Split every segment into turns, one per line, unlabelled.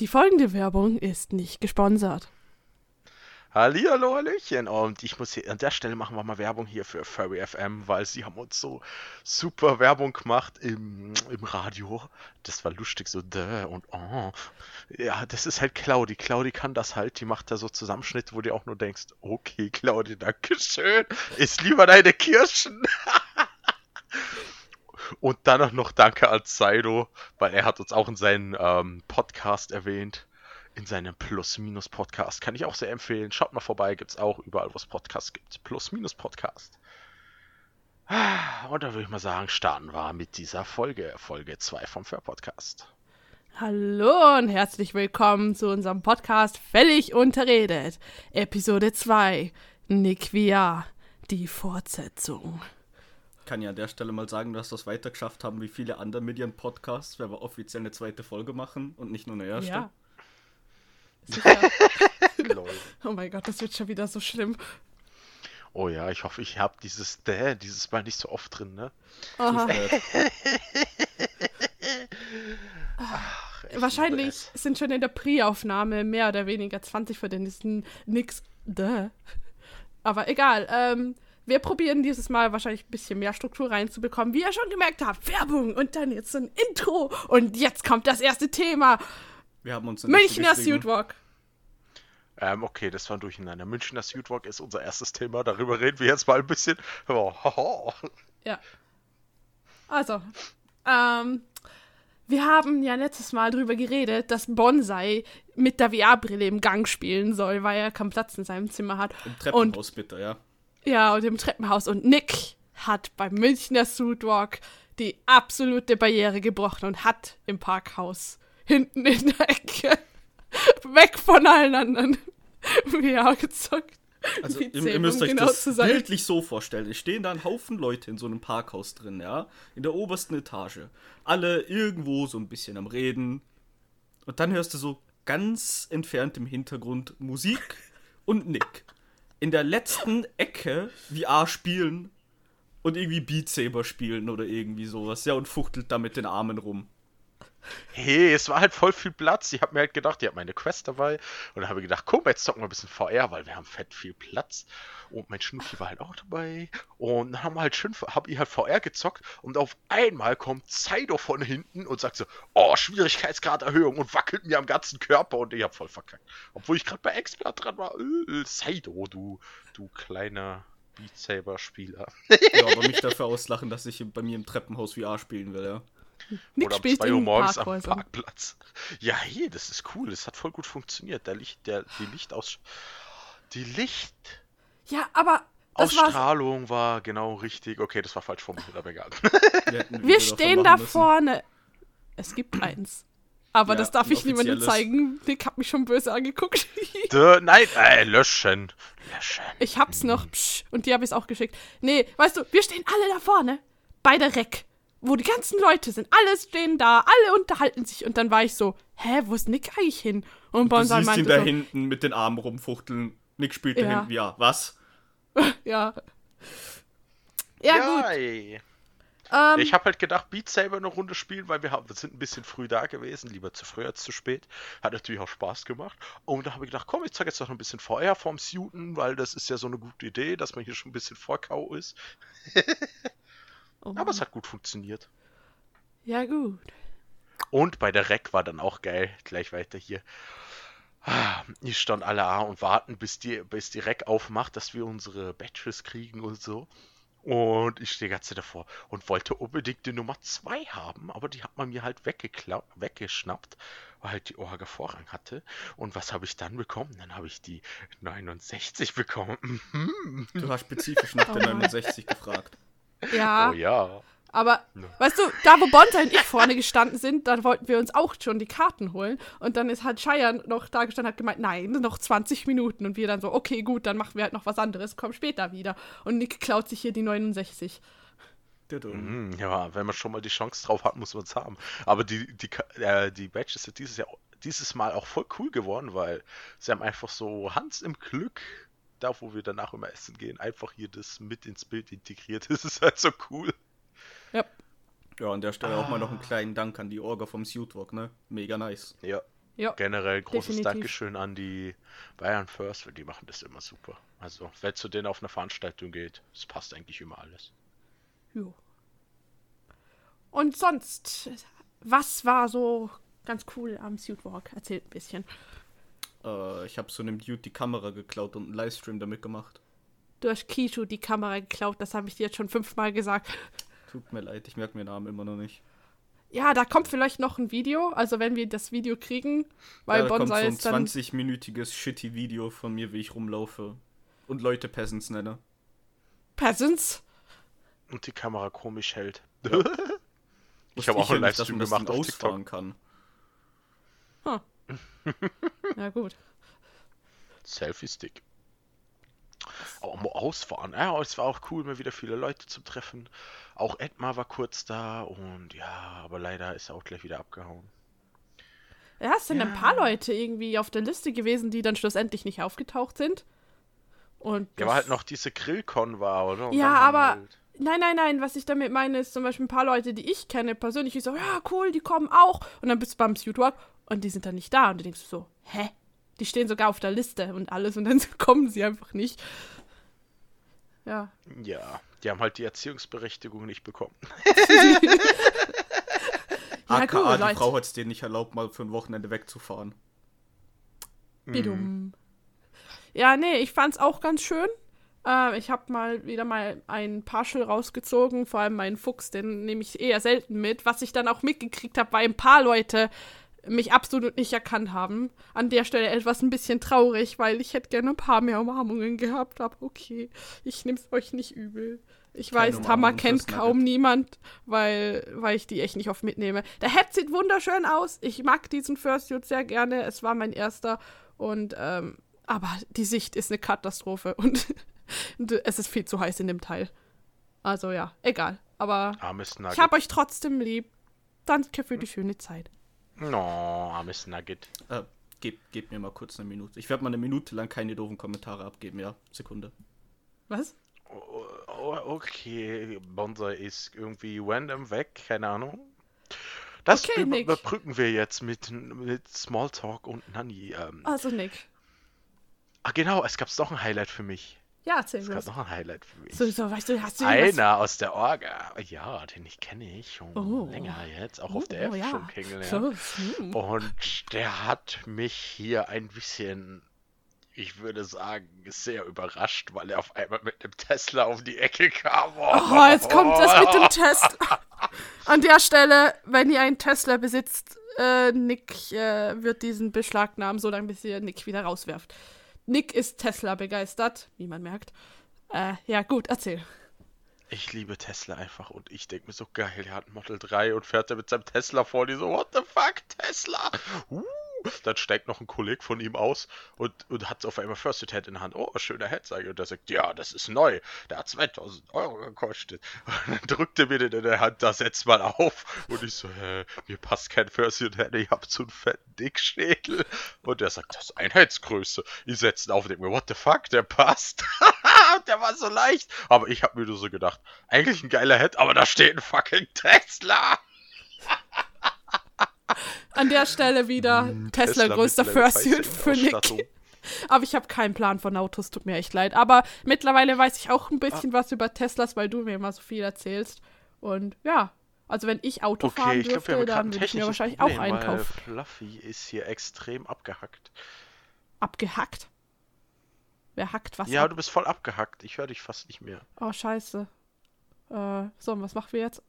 Die folgende Werbung ist nicht gesponsert.
Hallihallo, Hallöchen. Und ich muss hier an der Stelle machen wir mal Werbung hier für Furry FM, weil sie haben uns so super Werbung gemacht im, im Radio. Das war lustig, so däh und oh. Ja, das ist halt Claudi. Claudi kann das halt. Die macht da so Zusammenschnitte, wo du auch nur denkst, okay, Claudi, dankeschön. Ist lieber deine Kirschen. und dann auch noch Danke an Saido, weil er hat uns auch in seinen ähm, Podcast erwähnt in seinem Plus-Minus-Podcast. Kann ich auch sehr empfehlen. Schaut mal vorbei, gibt's auch überall, wo es Podcasts gibt. Plus-Minus-Podcast. Und da würde ich mal sagen, starten wir mit dieser Folge, Folge 2 vom Fair Podcast.
Hallo und herzlich willkommen zu unserem Podcast Fällig unterredet. Episode 2. Niquia, die Fortsetzung.
Kann ja an der Stelle mal sagen, dass wir es weiter geschafft haben wie viele andere Medien-Podcasts, weil wir offiziell eine zweite Folge machen und nicht nur eine erste.
Ja. Sicher. oh mein Gott, das wird schon wieder so schlimm.
Oh ja, ich hoffe, ich habe dieses Däh dieses Mal nicht so oft drin, ne?
Aha.
Äh,
Ach, echt
Wahrscheinlich
ein Däh.
sind schon in der Pre-Aufnahme mehr oder weniger 20 von den nächsten nix. Duh. Aber egal. Ähm, wir probieren dieses Mal wahrscheinlich ein bisschen mehr Struktur reinzubekommen. Wie ihr schon gemerkt habt, Werbung und dann jetzt so ein Intro. Und jetzt kommt das erste Thema.
Wir haben uns eine Liste
Münchner
geschrieben.
Suitwalk.
Ähm, okay, das war ein Durcheinander. Münchner Südwalk ist unser erstes Thema. Darüber reden wir jetzt mal ein bisschen. Oh, hoho.
Ja. Also, ähm, wir haben ja letztes Mal drüber geredet, dass Bonsai mit der VR-Brille im Gang spielen soll, weil er keinen Platz in seinem Zimmer hat.
Im
Und
Treppenhaus bitte, ja.
ja, und im Treppenhaus. Und Nick hat beim Münchner Suitwalk die absolute Barriere gebrochen und hat im Parkhaus hinten in der Ecke weg von allen anderen VR gezockt.
Also
Wie
ihr,
zäh,
ihr müsst
um
euch
genau
das
zu sein.
bildlich so vorstellen. Es stehen da ein Haufen Leute in so einem Parkhaus drin, ja. In der obersten Etage. Alle irgendwo so ein bisschen am Reden. Und dann hörst du so ganz entfernt im Hintergrund Musik und Nick. In der letzten Ecke VR spielen und irgendwie Beat Saber spielen oder irgendwie sowas. Ja, und fuchtelt da mit den Armen rum.
Hey, es war halt voll viel Platz. Ich habe mir halt gedacht, ich habe meine Quest dabei. Und dann habe ich gedacht, komm, jetzt zocken wir ein bisschen VR, weil wir haben fett viel Platz. Und mein Schnucki war halt auch dabei. Und dann haben wir halt schön, habe ich halt VR gezockt. Und auf einmal kommt Zaido von hinten und sagt so, oh, Schwierigkeitsgraderhöhung und wackelt mir am ganzen Körper. Und ich habe voll verkackt. Obwohl ich gerade bei Expert dran war. Äh, Zaido, du, du kleiner Beat Saber Spieler.
Ja, aber mich dafür auslachen, dass ich bei mir im Treppenhaus VR spielen will, ja.
Nick
Oder um
spielt
2 Uhr
in
morgens am
Parkhäusern.
Parkplatz. Ja, hey, das ist cool. Das hat voll gut funktioniert. Der Licht, der, die Lichtaus... Die
Ja, aber das war's
Lichtausstrahlung war genau richtig. Okay, das war falsch formuliert, aber egal.
Wir, hätten ein Video
Wir
davon
stehen da
machen müssen.
vorne. Es gibt eins. Aber
Ja,
das darf
ein
ich niemandem
offizielles.
zeigen. Nick hat mich schon böse angeguckt.
Dö, nein, äh, löschen. Löschen.
ich hab's noch. Psch, und die hab ich's auch geschickt. Nee, weißt du, wir stehen alle da vorne. Bei der Rec. Wo die ganzen Leute sind. Alle stehen da. Alle unterhalten sich. Und dann war ich so, hä, wo ist Nick eigentlich hin? Und
Du
Bonsai
siehst
meinte
ihn da
so,
hinten mit den Armen rumfuchteln. Nick spielt da
Ja.
hinten, ja. Was?
ja. Ja, gut.
ey.
Ähm,
Ich habe halt gedacht, Beat Saber eine Runde spielen, weil wir, haben, wir sind ein bisschen früh da gewesen, lieber zu früh als zu spät. Hat natürlich auch Spaß gemacht. Und da habe ich gedacht, komm, ich zeige jetzt noch ein bisschen VR vom Suiten, weil das ist ja so eine gute Idee, dass man hier schon ein bisschen vor K.O. ist.
oh.
Aber es hat gut funktioniert.
ja, gut.
Und bei der Rec war dann auch geil. Gleich weiter hier. Ah, Ich stand alle A und warten, bis die, bis die Rec aufmacht, dass wir unsere Badges kriegen und so. Und ich stehe ganze davor und wollte unbedingt die Nummer 2 haben, aber die hat man mir halt weggekla- weggeschnappt, weil halt die Orga Vorrang hatte. Und was habe ich dann bekommen? Dann habe ich die 69 bekommen.
Du hast spezifisch
Oh
nach der 69 gefragt.
Ja.
Oh ja.
Aber, weißt du, da wo Bonta und ich vorne gestanden sind, dann wollten wir uns auch schon die Karten holen. Und dann ist halt Cheyenne noch da gestanden und hat gemeint, nein, noch 20 Minuten. Und wir dann so, okay, gut, dann machen wir halt noch was anderes, komm später wieder. Und Nick klaut sich hier die 69.
Tudum.
Hm, Ja, wenn man schon mal die Chance drauf hat, muss man es haben. Aber die, die, Ka- äh, die Badges sind dieses Jahr, dieses Mal auch voll cool geworden, weil sie haben einfach so Hans im Glück, da wo wir danach immer essen gehen, einfach hier das mit ins Bild integriert. Das ist halt so cool.
Ja, Ah.
Ja, an der Stelle auch mal noch einen kleinen Dank an die Orga vom Suitwalk, ne? Mega nice.
Ja.
Ja.
Generell großes
Definitiv.
Dankeschön an die Bayern First, weil die machen das immer super. Also, wer zu denen auf eine Veranstaltung geht, es passt eigentlich immer alles.
Jo. Und sonst, was war so ganz cool am Suitwalk? Erzählt ein bisschen.
Äh, ich habe so einem Dude die Kamera geklaut und einen Livestream damit gemacht.
Du hast Kishu die Kamera geklaut, das habe ich dir jetzt schon fünfmal gesagt.
Tut mir leid, ich merke mir Namen immer noch nicht.
Ja, da kommt vielleicht noch ein Video, also wenn wir das Video kriegen, weil
ja, da kommt so
Bonsai
ein
ist dann.
20-minütiges shitty Video von mir, wie ich rumlaufe und Leute Peasants ne? nenne.
Peasants?
Und die Kamera komisch hält. Ich
Wusste
habe auch
ja
einen
nicht, dass
Livestream
man das
gemacht
Ding
auf TikTok.
ausfahren kann.
Huh. ja, gut.
Selfie-Stick. Aber mal ausfahren. Ja, es war auch cool, mal wieder viele Leute zu treffen. Auch Edmar war kurz da und ja, aber leider ist er auch gleich wieder abgehauen.
Ja, es sind ein paar Leute irgendwie auf der Liste gewesen, die dann schlussendlich nicht aufgetaucht sind. Und
Ja,
das-
war halt noch diese Grillcon war, oder? Und
Ja,
dann haben
aber.
Halt,
Nein, nein, nein, was ich damit meine, ist zum Beispiel ein paar Leute, die ich kenne persönlich, die so, ja, cool, die kommen auch. Und dann bist du beim Suitwalk und die sind dann nicht da. Und du denkst so, hä? Die stehen sogar auf der Liste und alles und dann kommen sie einfach nicht. Ja.
ja, die haben halt die Erziehungsberechtigung nicht bekommen.
Ja,
AKA,
cool,
die
Leute.
Frau hat es denen nicht erlaubt, mal für ein Wochenende wegzufahren.
Mhm.
Bidum. Ja, nee, ich fand's auch ganz schön. Äh, ich hab mal wieder mal ein Partial rausgezogen, vor allem meinen Fuchs, den nehme ich eher selten mit. Was ich dann auch mitgekriegt habe, weil ein paar Leute mich absolut nicht erkannt haben. An der Stelle etwas ein bisschen traurig, weil ich hätte gerne ein paar mehr Umarmungen gehabt, aber okay, ich nehm's euch nicht übel. Ich
Keine
weiß, Hammer
Umarmung
kennt
fürs Nugget.
kaum niemand, weil, weil ich die echt nicht oft mitnehme. Der Head sieht wunderschön aus. Ich mag diesen Fursuit sehr gerne. Es war mein erster. Und, ähm, aber die Sicht ist eine Katastrophe. Und es ist viel zu heiß in dem Teil. Also ja, egal. Aber
Armes
ich
Nugget.
habe euch trotzdem lieb. Danke für die schöne Zeit.
No, armes Nugget.
Äh, gebt, gebt mir mal kurz eine Minute. Ich werde mal eine Minute lang keine doofen Kommentare abgeben, ja? Sekunde.
Was?
Oh, oh, okay, Bonsai ist irgendwie random weg, keine Ahnung. Das
Okay,
über-
Nick.
überbrücken wir jetzt mit, mit Smalltalk und Nanny. Ähm.
Also Nick.
Ah, genau, es gab noch ein Highlight für mich.
Ja, erzähl
Es
mir. was.
gab noch ein Highlight für mich.
So, so, weißt du, hast du irgendwas-
Einer aus der Orga. Ja, den ich kenne ich schon
Oh.
länger jetzt, auch auf der F
Oh, ja.
schon kennengelernt.
So, hm.
Und der hat mich hier ein bisschen, ich würde sagen, sehr überrascht, weil er auf einmal mit einem Tesla um die Ecke kam.
Oh, jetzt kommt das mit dem Test. An der Stelle, wenn ihr einen Tesla besitzt, äh, Nick äh, wird diesen beschlagnahmen, solange bis ihr Nick wieder rauswerft. Nick ist Tesla begeistert, wie man merkt. Äh, ja, gut, erzähl.
Ich liebe Tesla einfach und ich denke mir so geil, der hat ein Model 3 und fährt da mit seinem Tesla vor, die so, what the fuck, Tesla? Uh, dann steigt noch ein Kolleg von ihm aus und, und hat auf einmal First Aid Head in der Hand. Oh, schöner Head, sage ich. Und der sagt, ja, das ist neu. Der hat 2000 Euro gekostet. Und dann drückt er mir den in der Hand, da setzt man auf. Und ich so, hä, mir passt kein First Aid Head, ich hab so einen fetten Dickschädel. Und der sagt, das ist Einheitsgröße. Ich setze ihn auf und denke mir, what the fuck, der passt. Und der war so leicht. Aber ich habe mir nur so gedacht, eigentlich ein geiler Head, aber da steht ein fucking Tesla.
An der Stelle wieder Tesla,
Hm, mit
größter
Level
Fursuit
13
für
Ausstattung.
Nick. Aber ich habe keinen Plan von Autos, tut mir echt leid. Aber mittlerweile weiß ich auch ein
Ah.
bisschen was über Teslas, weil du mir immer so viel erzählst. Und ja, also wenn ich Auto
Okay,
fahren
ich glaube,
dürfte,
wir haben gerade
dann
ein
würde ich mir
technisches
wahrscheinlich
Problem,
auch einen
weil
kaufen.
Fluffy ist hier extrem abgehackt.
Abgehackt? Wer hackt was
Ja,
ab?
du bist voll abgehackt. Ich höre dich fast nicht mehr.
Oh, scheiße. Äh, so, und was machen wir jetzt?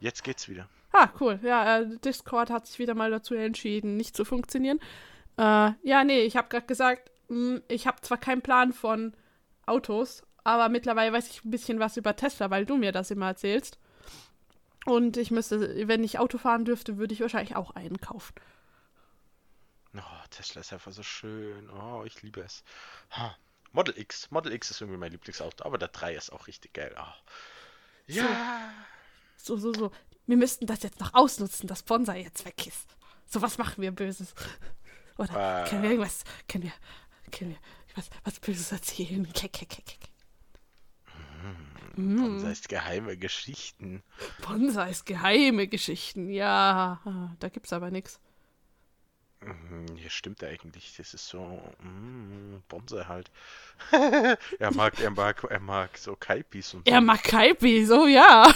Jetzt geht's wieder.
Ah, cool. Ja, äh, Discord hat sich wieder mal dazu entschieden, nicht zu funktionieren. Äh, ja, nee, ich habe gerade gesagt, mh, ich habe zwar keinen Plan von Autos, aber mittlerweile weiß ich ein bisschen was über Tesla, weil du mir das immer erzählst. Und ich müsste, wenn ich Auto fahren dürfte, würde ich wahrscheinlich auch einen kaufen.
Oh, Tesla ist einfach so schön. Oh, ich liebe es. Ha. Model X. Model X ist irgendwie mein Lieblingsauto, aber der 3 ist auch richtig geil. Ah. Ja.
So, so, so. Wir müssten das jetzt noch ausnutzen, dass Bonsai jetzt weg ist. So was machen wir Böses. Oder
Äh.
können wir irgendwas, können wir, können wir was, was Böses erzählen? Kek, kek, kek, kek. Mm.
Und das heißt geheime Geschichten.
Bonsais geheime Geschichten, ja. Da gibt's aber nichts.
Hm, Hier stimmt er eigentlich. Das ist so mm, Bomse halt. er mag, er mag, er mag so Kaipis und
Er mag Kaipi, so ja.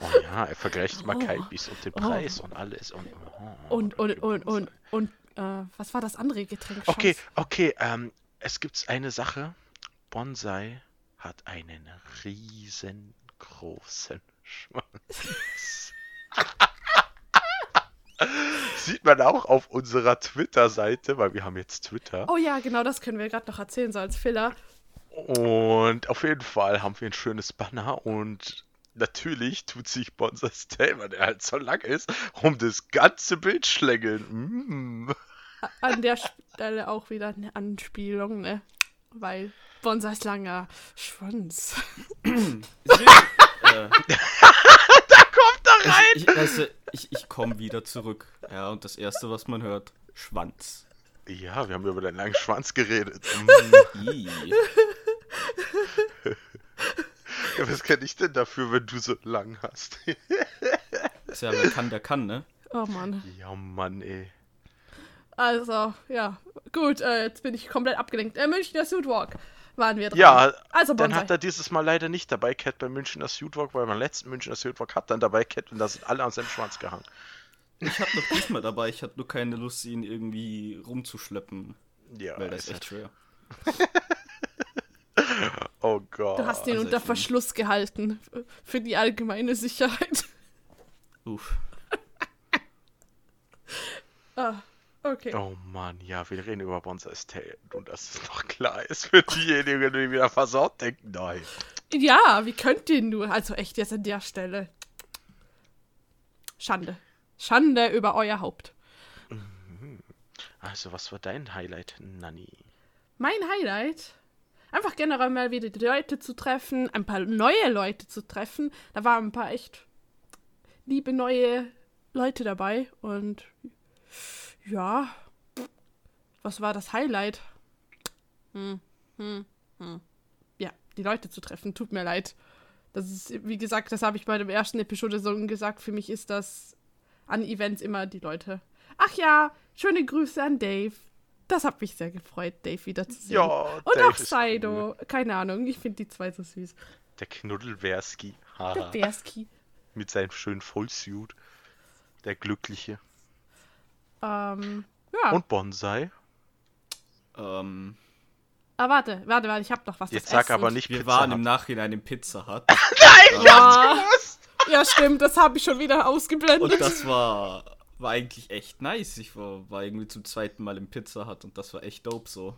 Oh ja, er vergleicht mal Kaipis und den Preis und alles und. oh,
Oh. Und, und, und, und, und, äh, was war das andere Getränk?
Okay,
Scheiß.
okay, ähm, es gibt eine Sache. Bonsai hat einen riesengroßen Schwanz. Sieht man auch auf unserer Twitter-Seite, weil wir haben jetzt Twitter.
Oh ja, genau das können wir gerade noch erzählen, so als Filler.
Und auf jeden Fall haben wir ein schönes Banner und natürlich tut sich Bonsai Stay, weil der halt so lang ist, um das ganze Bild schlängeln. Mm.
An der Stelle auch wieder eine Anspielung, ne? Weil Bonsais langer Schwanz.
Sehr, äh,
Kommt da rein!
ich, also, ich, ich komme wieder zurück. Ja, und das Erste, was man hört, Schwanz.
Ja, wir haben über deinen langen Schwanz geredet. Mm.
Ih.
Ja, Was kann ich denn dafür, wenn du so lang hast?
Tja, wer kann, der kann, ne?
Oh Mann.
ja, Mann, ey.
Also, ja. Gut, äh, jetzt bin ich komplett abgelenkt. Äh, Münchner Suitwalk waren wir dran.
Ja,
also
dann
Bonsai.
hat er dieses Mal leider nicht dabei Cat beim Münchner Suitwalk, weil beim letzten Münchner Suitwalk hat dann dabei Cat und da sind alle an seinem Schwanz gehangen.
Ich hab noch diesmal dabei, ich hatte nur keine Lust, ihn irgendwie rumzuschleppen.
Ja,
Weil das ist
ist- halt
echt schwer.
Oh Gott.
Du hast den
also
unter
ich bin-
Verschluss gehalten. f- Für die allgemeine Sicherheit.
Uff.
Ah, okay.
Oh Mann, ja, wir reden über Bonsai's Tale. Und dass es noch klar ist für diejenigen, die wieder versaut denken. Nein.
Ja, wie könnt ihr nur? Also echt jetzt an der Stelle. Schande. Schande über euer Haupt.
Also, was war dein Highlight, Nanni?
Mein Highlight. Einfach generell mal wieder die Leute zu treffen, ein paar neue Leute zu treffen. Da waren ein paar echt liebe neue Leute dabei. Und ja, was war das Highlight? Hm, hm, hm. Ja, die Leute zu treffen, tut mir leid. Das ist, wie gesagt, das habe ich bei der ersten Episode so gesagt. Für mich ist das an Events immer die Leute. Ach ja, schöne Grüße an Dave. Das hat mich sehr gefreut, Dave wiederzusehen.
Ja,
Und
Dave
auch
ist
Saido. Keine Ahnung, ich finde die zwei so süß.
Der Knuddelwerski.
Der
Haha.
Bärski.
Mit seinem schönen Vollsuit. Der Glückliche.
Ähm, ja.
Und Bonsai.
Ähm,
ah, warte, warte, warte, ich habe noch was.
Jetzt
das
sag
Essen.
aber nicht
wir
Pizza
waren
Hut.
im Nachhinein im Pizza Hut.
Ja, ja stimmt, das habe ich schon wieder ausgeblendet.
Und das war, war eigentlich echt nice. Ich war, war irgendwie zum zweiten Mal im Pizza Hut und das war echt dope so.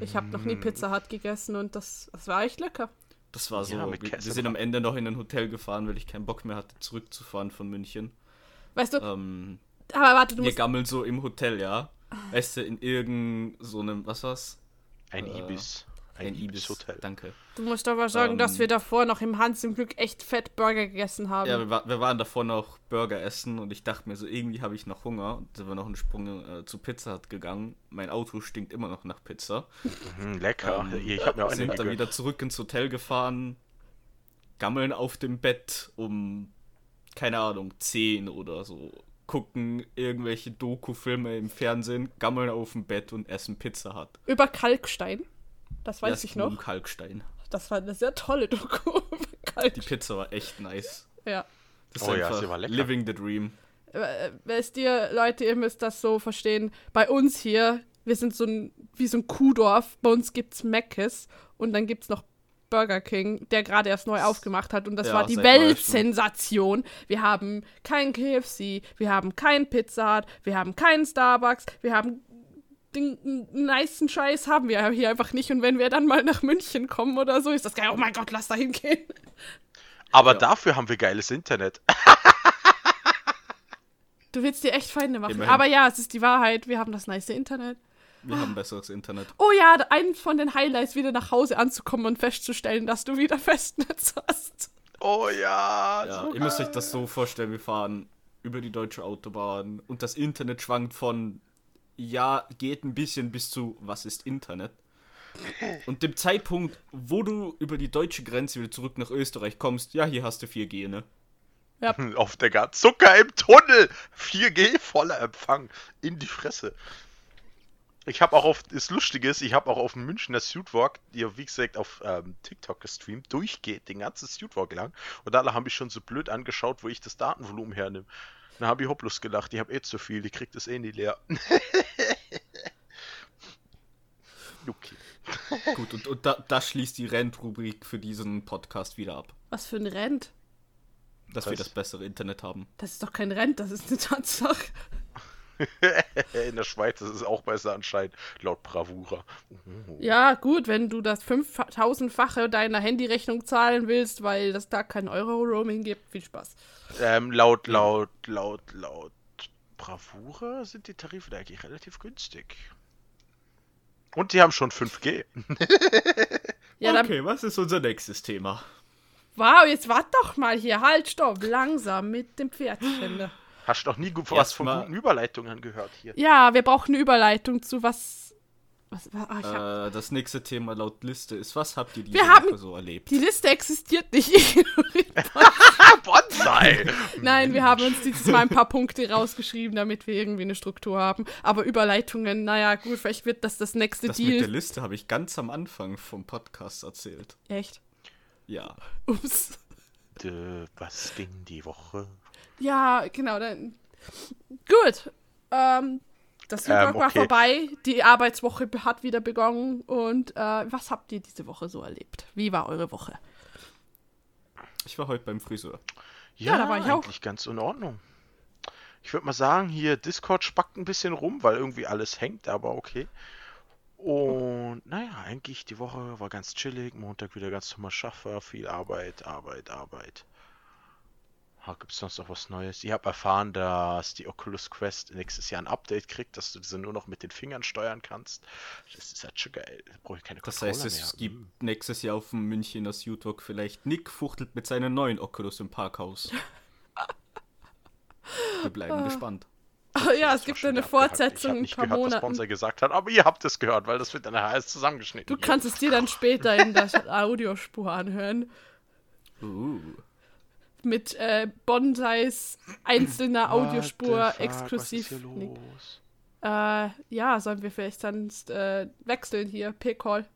Ich habe noch nie Pizza Hut gegessen und das, das war echt lecker.
Das war so.
Ja, mit
wir, wir
Käse
sind am Ende noch in ein Hotel gefahren, weil ich keinen Bock mehr hatte, zurückzufahren von München.
Weißt du,
Ähm,
aber warte, du
wir
musst. Ah.
gammeln so im Hotel, ja. Weißt du, in irgendeinem, so einem, was war's?
Ein
Äh,
Ibis. Ein, Ibis-Hotel.
Danke.
Du musst aber sagen, dass
Ähm,
wir davor noch im Hans im Glück echt fett Burger gegessen haben.
Ja, wir, wa- wir waren davor noch Burger essen und ich dachte mir so, irgendwie habe ich noch Hunger. Und sind wir noch einen Sprung äh, zu Pizza Hut gegangen. Mein Auto stinkt immer noch nach Pizza.
Mhm, lecker. ich hab mir auch eine
ähm, sind dann
gegönnt.
wieder zurück ins Hotel gefahren, gammeln auf dem Bett um, keine Ahnung, 10 oder so. Gucken irgendwelche Doku-Filme im Fernsehen, gammeln auf dem Bett und essen Pizza Hut.
Über Kalkstein. Das weiß
Das
ich
ging
noch.
Um Kalkstein.
Das war eine sehr tolle Doku. über
Die
Kalkstein.
Pizza war echt nice.
Ja.
Das
Oh
ist
ja,
einfach
sie war lecker.
Living the Dream.
Äh, Weißt ihr, Leute, ihr müsst das so verstehen. Bei uns hier, wir sind so ein, wie so ein Kuhdorf. Bei uns gibt's Mc's und dann gibt's noch Burger King, der gerade erst neu aufgemacht hat und das
Ja,
war die
seit neuestem.
Weltsensation. Wir haben kein KFC, wir haben kein Pizza Hut, wir haben keinen Starbucks, wir haben den nicen Scheiß haben wir hier einfach nicht und wenn wir dann mal nach München kommen oder so, ist das geil. Oh mein Gott, lass da hingehen.
Aber
Ja.
dafür haben wir geiles Internet.
Du willst dir echt Feinde machen.
Immerhin.
Aber ja, es ist die Wahrheit. Wir haben das nice Internet.
Wir haben besseres Internet.
Oh ja, einen von den Highlights wieder nach Hause anzukommen und festzustellen, dass du wieder Festnetz hast.
Oh ja.
Ja,
so
ihr müsst
geil.
euch das so vorstellen, wir fahren über die deutsche Autobahn und das Internet schwankt von ja, geht ein bisschen bis zu was ist Internet? Und dem Zeitpunkt, wo du über die deutsche Grenze wieder zurück nach Österreich kommst, ja, hier hast du 4G, ne?
Ja.
Auf der Gar Zucker im Tunnel! 4G voller Empfang in die Fresse. Ich habe auch auf, das Lustige ist, ich habe auch auf dem Münchner Suitwalk, ihr wie gesagt auf ähm, TikTok gestreamt, durchgeht den ganzen Suitwalk lang und alle haben mich schon so blöd angeschaut, wo ich das Datenvolumen hernehme. Dann habe ich hopplos gelacht, ich habe eh zu viel, die kriegt das eh nie leer. okay.
Gut, und, und da, das schließt die Rent-Rubrik für diesen Podcast wieder ab.
Was für ein Rent?
Dass wir
Was?
das bessere Internet haben.
Das ist doch kein Rent, das ist eine Tatsache.
In der Schweiz ist es auch besser anscheinend, laut Bravura. Mhm.
Oh. Ja, gut, wenn du das 5000-fache deiner Handyrechnung zahlen willst, weil das da kein Euro-Roaming gibt, viel Spaß.
Ähm, laut, laut, laut, laut Bravura sind die Tarife da eigentlich relativ günstig. Und die haben schon 5G.
Ja, dann,
okay, was ist unser nächstes Thema?
wow, jetzt wart doch mal hier, halt, stopp, langsam mit dem
Ah.
Pferdchen.
Hast noch nie gu- was von
Erstmal-
guten Überleitungen gehört hier.
Ja, wir brauchen eine Überleitung zu was. was ah, ich hab,
Äh, das nächste Thema laut Liste ist, was habt ihr diese
Wir haben-
Woche so erlebt?
die Liste existiert nicht.
Ah, Bonsai! Hm.
Nein, wir haben uns dieses Mal ein paar Punkte rausgeschrieben, damit wir irgendwie eine Struktur haben. Aber Überleitungen, naja, gut, vielleicht wird das das nächste
Das mit der
Deal.
Liste habe ich ganz am Anfang vom Podcast erzählt.
Echt?
Ja.
Ups.
Dö, Äh, was ging die Woche?
Ja, genau, dann. Gut. Ähm, das
Ähm,
Jugend war
okay.
vorbei. Die Arbeitswoche be- hat wieder begonnen. Und äh, was habt ihr diese Woche so erlebt? Wie war eure Woche?
Ich war heute beim Friseur.
Ja, da war ich auch.
eigentlich ganz in Ordnung. Ich würde mal sagen, hier Discord spackt ein bisschen rum, weil irgendwie alles hängt, aber okay. Und naja, eigentlich die Woche war ganz chillig. Montag wieder ganz normal Schaffer, viel Arbeit, Arbeit, Arbeit. Ha, gibt's sonst noch was Neues? Ich habe erfahren, dass die Oculus Quest nächstes Jahr ein Update kriegt, dass du diese nur noch mit den Fingern steuern kannst. Das ist halt schon geil. Da brauche ich keine
Das
Controller
heißt,
mehr.
es gibt nächstes Jahr auf dem Münchner Suitwalk vielleicht Nick fuchtelt mit seinen neuen Oculus im Parkhaus. Wir
Ah.
bleiben gespannt.
ja,
Das
es
war
gibt
schon
eine
wieder abgehackt.
Fortsetzung in ein
Ich
paar
habe nicht gehört, was
Monaten.
Sponsor gesagt hat, aber ihr habt es gehört, weil das wird dann heiß zusammengeschnitten.
Du kannst es dir dann später in der Audiospur anhören.
Uh.
Mit äh, Bonsais einzelner Audiospur exklusiv.
Was ist hier
Link.
los?
Äh, ja, sollen wir vielleicht sonst äh, wechseln hier? P-Call.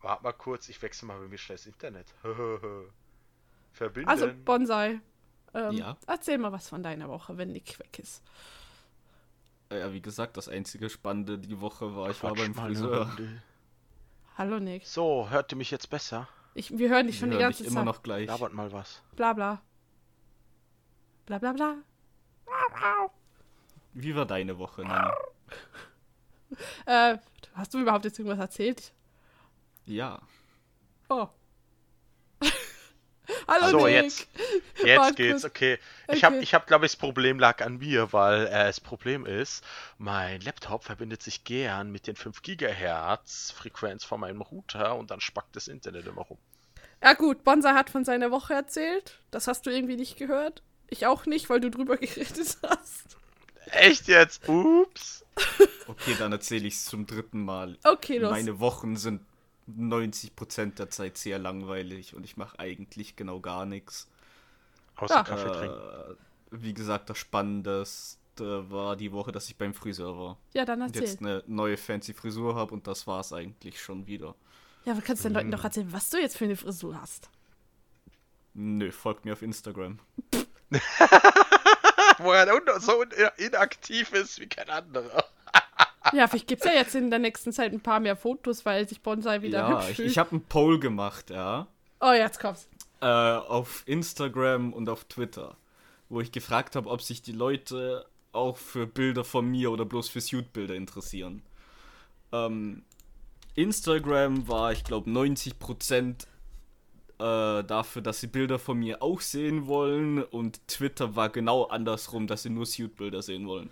Warte mal kurz, ich wechsle mal bei mir schnell das Internet. Verbinden.
Also, Bonsai. Ähm,
Ja.
Erzähl mal was von deiner Woche, wenn Nick weg ist.
Ja, wie gesagt, das einzige Spannende die Woche war, ich war
Quatsch
beim
mal eine
Friseur.
Runde.
Hallo Nick.
So, hört ihr mich jetzt besser?
Ich, wir hören dich
Ich
schon die
höre
ganze
dich immer
Zeit.
noch gleich.
Labert mal was.
Bla bla. Bla bla bla.
Wie war deine Woche, Nani?
Äh, hast du überhaupt jetzt irgendwas erzählt?
Ja.
Oh. Hallo Nick.
so, Also, jetzt. Jetzt
Warte
geht's,
kurz.
okay. Ich habe,
Okay.
ich hab, glaube ich, das Problem lag an mir, weil äh, das Problem ist, mein Laptop verbindet sich gern mit den 5 Gigahertz Frequenz von meinem Router und dann spackt das Internet immer rum.
Ja gut, Bonsa hat von seiner Woche erzählt. Das hast du irgendwie nicht gehört. Ich auch nicht, weil du drüber geredet hast.
Echt jetzt? Ups.
Okay, dann erzähle ich es zum dritten Mal.
Okay, los.
Meine Wochen sind 90% der Zeit sehr langweilig und ich mache eigentlich genau gar nichts.
Außer
Ja.
Kaffee trinken.
Äh, wie gesagt, das Spannendste war die Woche, dass ich beim Friseur war.
Ja, dann
Und
erzähl.
jetzt eine neue fancy Frisur habe und das war's eigentlich schon wieder.
Ja, aber kannst du den
Hm.
Leuten doch erzählen, was du jetzt für eine Frisur hast?
Nö, folgt mir auf Instagram.
Wo er un- so in- inaktiv ist wie kein anderer.
Ah,
Ja, vielleicht gibt's ja jetzt in der nächsten Zeit ein paar mehr Fotos, weil sich Bonsai wieder
ja,
hübsch
ich,
fühlt.
ich habe einen Poll gemacht, ja.
oh, jetzt kommt's.
äh, auf Instagram und auf Twitter, wo ich gefragt habe, ob sich die Leute auch für Bilder von mir oder bloß für Suit-Bilder interessieren. Ähm, Instagram war, ich glaube, 90% äh, dafür, dass sie Bilder von mir auch sehen wollen und Twitter war genau andersrum, dass sie nur Suit-Bilder sehen wollen.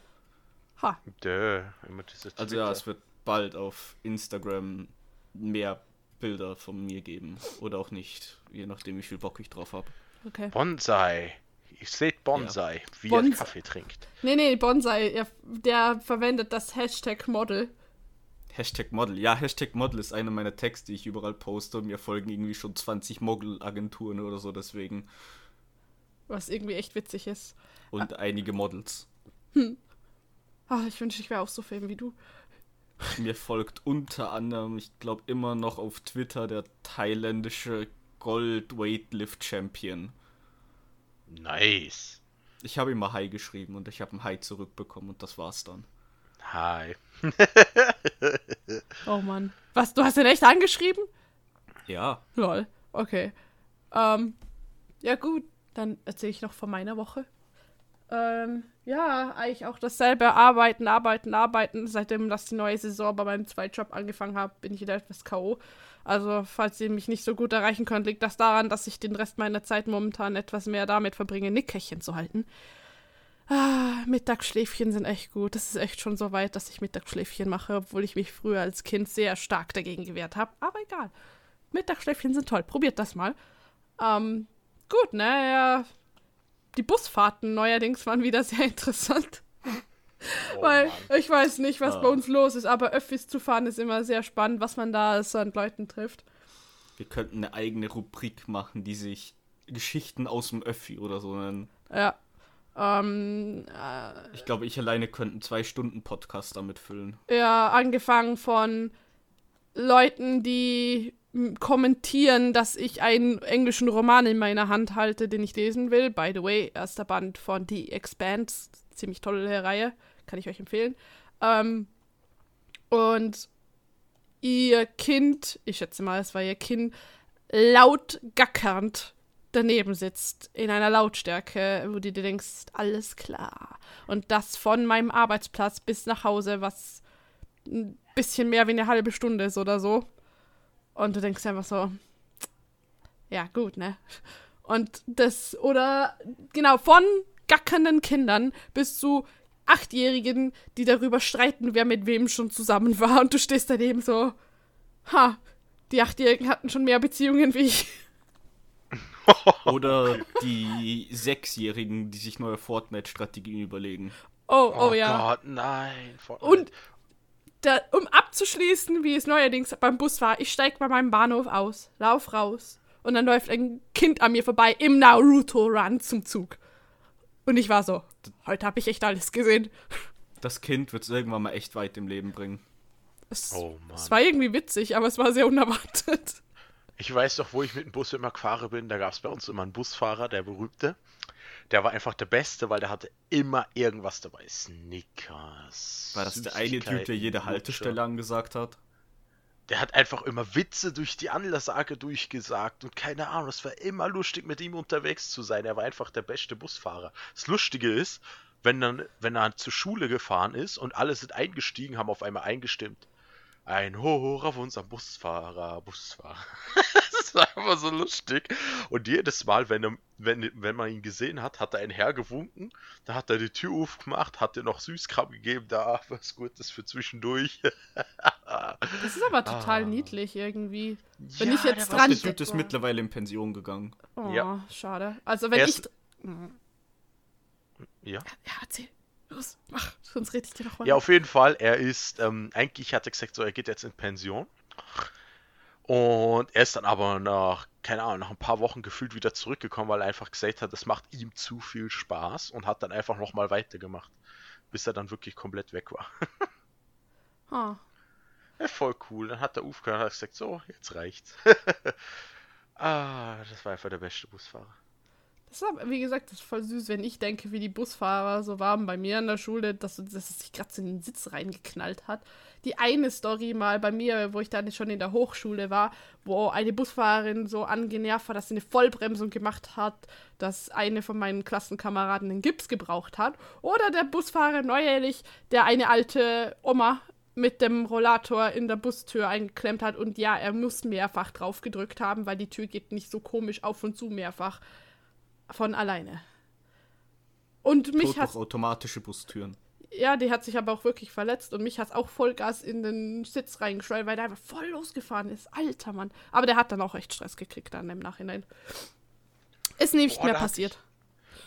Ha.
Dö, immer diese
Also ja, es
Twitter.
wird bald auf Instagram mehr Bilder von mir geben oder auch nicht, je nachdem, wie viel Bock ich drauf habe.
Okay.
Bonsai. Ihr seht Bonsai, wie
Bonsai.
er Kaffee trinkt.
Nee, nee, Bonsai, er, der verwendet das Hashtag Model.
Hashtag Model. Ja, Hashtag Model ist einer meiner Texte, die ich überall poste. Mir folgen irgendwie schon 20 Model-Agenturen oder so, deswegen.
was irgendwie echt witzig ist.
Und einige Models.
Ah, ich wünschte, ich wäre auch so Film wie du.
Mir folgt unter anderem, ich glaube immer noch auf Twitter, der thailändische Gold-Weightlift-Champion.
Nice.
Ich habe ihm mal Hi geschrieben und ich habe ein Hi zurückbekommen und das war's dann.
Hi.
Oh Mann. Was, du hast ihn echt angeschrieben?
Ja,
Lol. Okay. Ähm, ja, gut. Dann erzähle ich noch von meiner Woche. Ähm, ja, eigentlich auch dasselbe. Arbeiten, arbeiten, arbeiten. Seitdem, dass die neue Saison bei meinem Zweitjob angefangen habe, bin ich wieder etwas K.O. Also, falls ihr mich nicht so gut erreichen könnt, liegt das daran, dass ich den Rest meiner Zeit momentan etwas mehr damit verbringe, Nickerchen zu halten. Ah, Mittagsschläfchen sind echt gut. Das ist echt schon so weit, dass ich Mittagsschläfchen mache, obwohl ich mich früher als Kind sehr stark dagegen gewehrt habe. Aber egal. Mittagsschläfchen sind toll. Probiert das mal. Ähm, gut, ne? Ja, die Busfahrten neuerdings waren wieder sehr interessant.
Oh,
weil
Mann.
ich weiß nicht, was
Ah.
bei uns los ist, aber Öffis zu fahren ist immer sehr spannend, was man da so an Leuten trifft.
wir könnten eine eigene Rubrik machen, die sich Geschichten aus dem Öffi oder so nennen.
Ja. Ähm,
Ich glaube, ich alleine könnte einen zwei Stunden Podcast damit füllen.
ja, angefangen von Leuten, die m, kommentieren, dass ich einen englischen Roman in meiner Hand halte, den ich lesen will. By the way, erster Band von The Expanse, ziemlich tolle Reihe, kann ich euch empfehlen. Ähm, und ihr Kind, ich schätze mal, es war ihr Kind, laut gackernd daneben sitzt, in einer Lautstärke, wo du dir denkst, alles klar. Und das von meinem Arbeitsplatz bis nach Hause, was ein bisschen mehr wie eine halbe Stunde ist oder so. Und du denkst einfach so, ja, gut, ne? Und das, oder genau, von gackernden Kindern bis zu Achtjährigen, die darüber streiten, wer mit wem schon zusammen war. Und du stehst daneben so, ha, die Achtjährigen hatten schon mehr Beziehungen wie ich.
Oder die Sechsjährigen, die sich neue Fortnite-Strategien überlegen.
Oh, oh,
Oh,
ja.
Gott, nein. Fortnite.
Und da, um abzuschließen, wie es neuerdings beim Bus war, ich steige bei meinem Bahnhof aus, lauf raus und dann läuft ein Kind an mir vorbei im Naruto-Run zum Zug. Und ich war so, heute habe ich echt alles gesehen.
Das Kind wird es irgendwann mal echt weit im Leben bringen.
Es,
Oh Mann.
es war irgendwie witzig, aber es war sehr unerwartet.
Ich weiß noch, wo ich mit dem Bus immer gefahren bin. Da gab es bei uns immer einen Busfahrer, der berühmte. Der war einfach der Beste, weil der hatte immer irgendwas dabei. Snickers.
War das der eine Dude, der
Süßigkeiten,
jede
Lutscher.
Haltestelle angesagt hat?
Der hat einfach immer Witze durch die Anlassage durchgesagt und keine Ahnung, es war immer lustig, mit ihm unterwegs zu sein. Er war einfach der beste Busfahrer. Das Lustige ist, wenn, dann, wenn er zur Schule gefahren ist und alle sind eingestiegen, haben auf einmal eingestimmt. Ein Hoch auf unseren Busfahrer, Busfahrer. das war immer so lustig. Und jedes Mal, wenn, er, wenn, wenn man ihn gesehen hat, hat er einen hergewunken, da hat er die Tür aufgemacht, hat dir noch Süßkram gegeben, da was Gutes für zwischendurch.
Das ist aber total
Ah.
niedlich irgendwie. Wenn ich
der
jetzt dran
war
Der
Ansicht
Dude ist
war-
mittlerweile in Pension gegangen.
Oh,
Ja.
schade. Also wenn
Er
ich...
ist- Ja.
Ja, erzähl. Los, mach. Sonst rede ich dir noch mal.
Ja, auf jeden Fall. Er ist, ähm, eigentlich hat er gesagt, so, er geht jetzt in Pension. Und er ist dann aber nach, keine Ahnung, nach ein paar Wochen gefühlt wieder zurückgekommen, weil er einfach gesagt hat, das macht ihm zu viel Spaß und hat dann einfach nochmal weitergemacht, bis er dann wirklich komplett weg war.
Ah.
Ja, voll cool. Dann hat der aufgehört und hat gesagt, so, jetzt reicht's. ah, das war einfach der beste Busfahrer.
Das ist aber, wie gesagt, das ist voll süß, wenn ich denke, wie die Busfahrer so waren bei mir in der Schule, dass, dass es sich gerade so in den Sitz reingeknallt hat. Die eine Story mal bei mir, wo ich dann schon in der Hochschule war, wo eine Busfahrerin so angenervt war, dass sie eine Vollbremsung gemacht hat, dass eine von meinen Klassenkameraden einen Gips gebraucht hat. Oder der Busfahrer neuerlich, der eine alte Oma mit dem Rollator in der Bustür eingeklemmt hat. Und ja, er muss mehrfach drauf gedrückt haben, weil die Tür geht nicht so komisch auf und zu mehrfach von alleine. Und mich
Tot
hat
durch automatische Bustüren.
ja, die hat sich aber auch wirklich verletzt und mich hat auch Vollgas in den Sitz reingeschleudert, weil der einfach voll losgefahren ist. Alter Mann. Aber der hat dann auch echt Stress gekriegt dann im Nachhinein. Ist nicht
Boah,
mehr
da hat
passiert.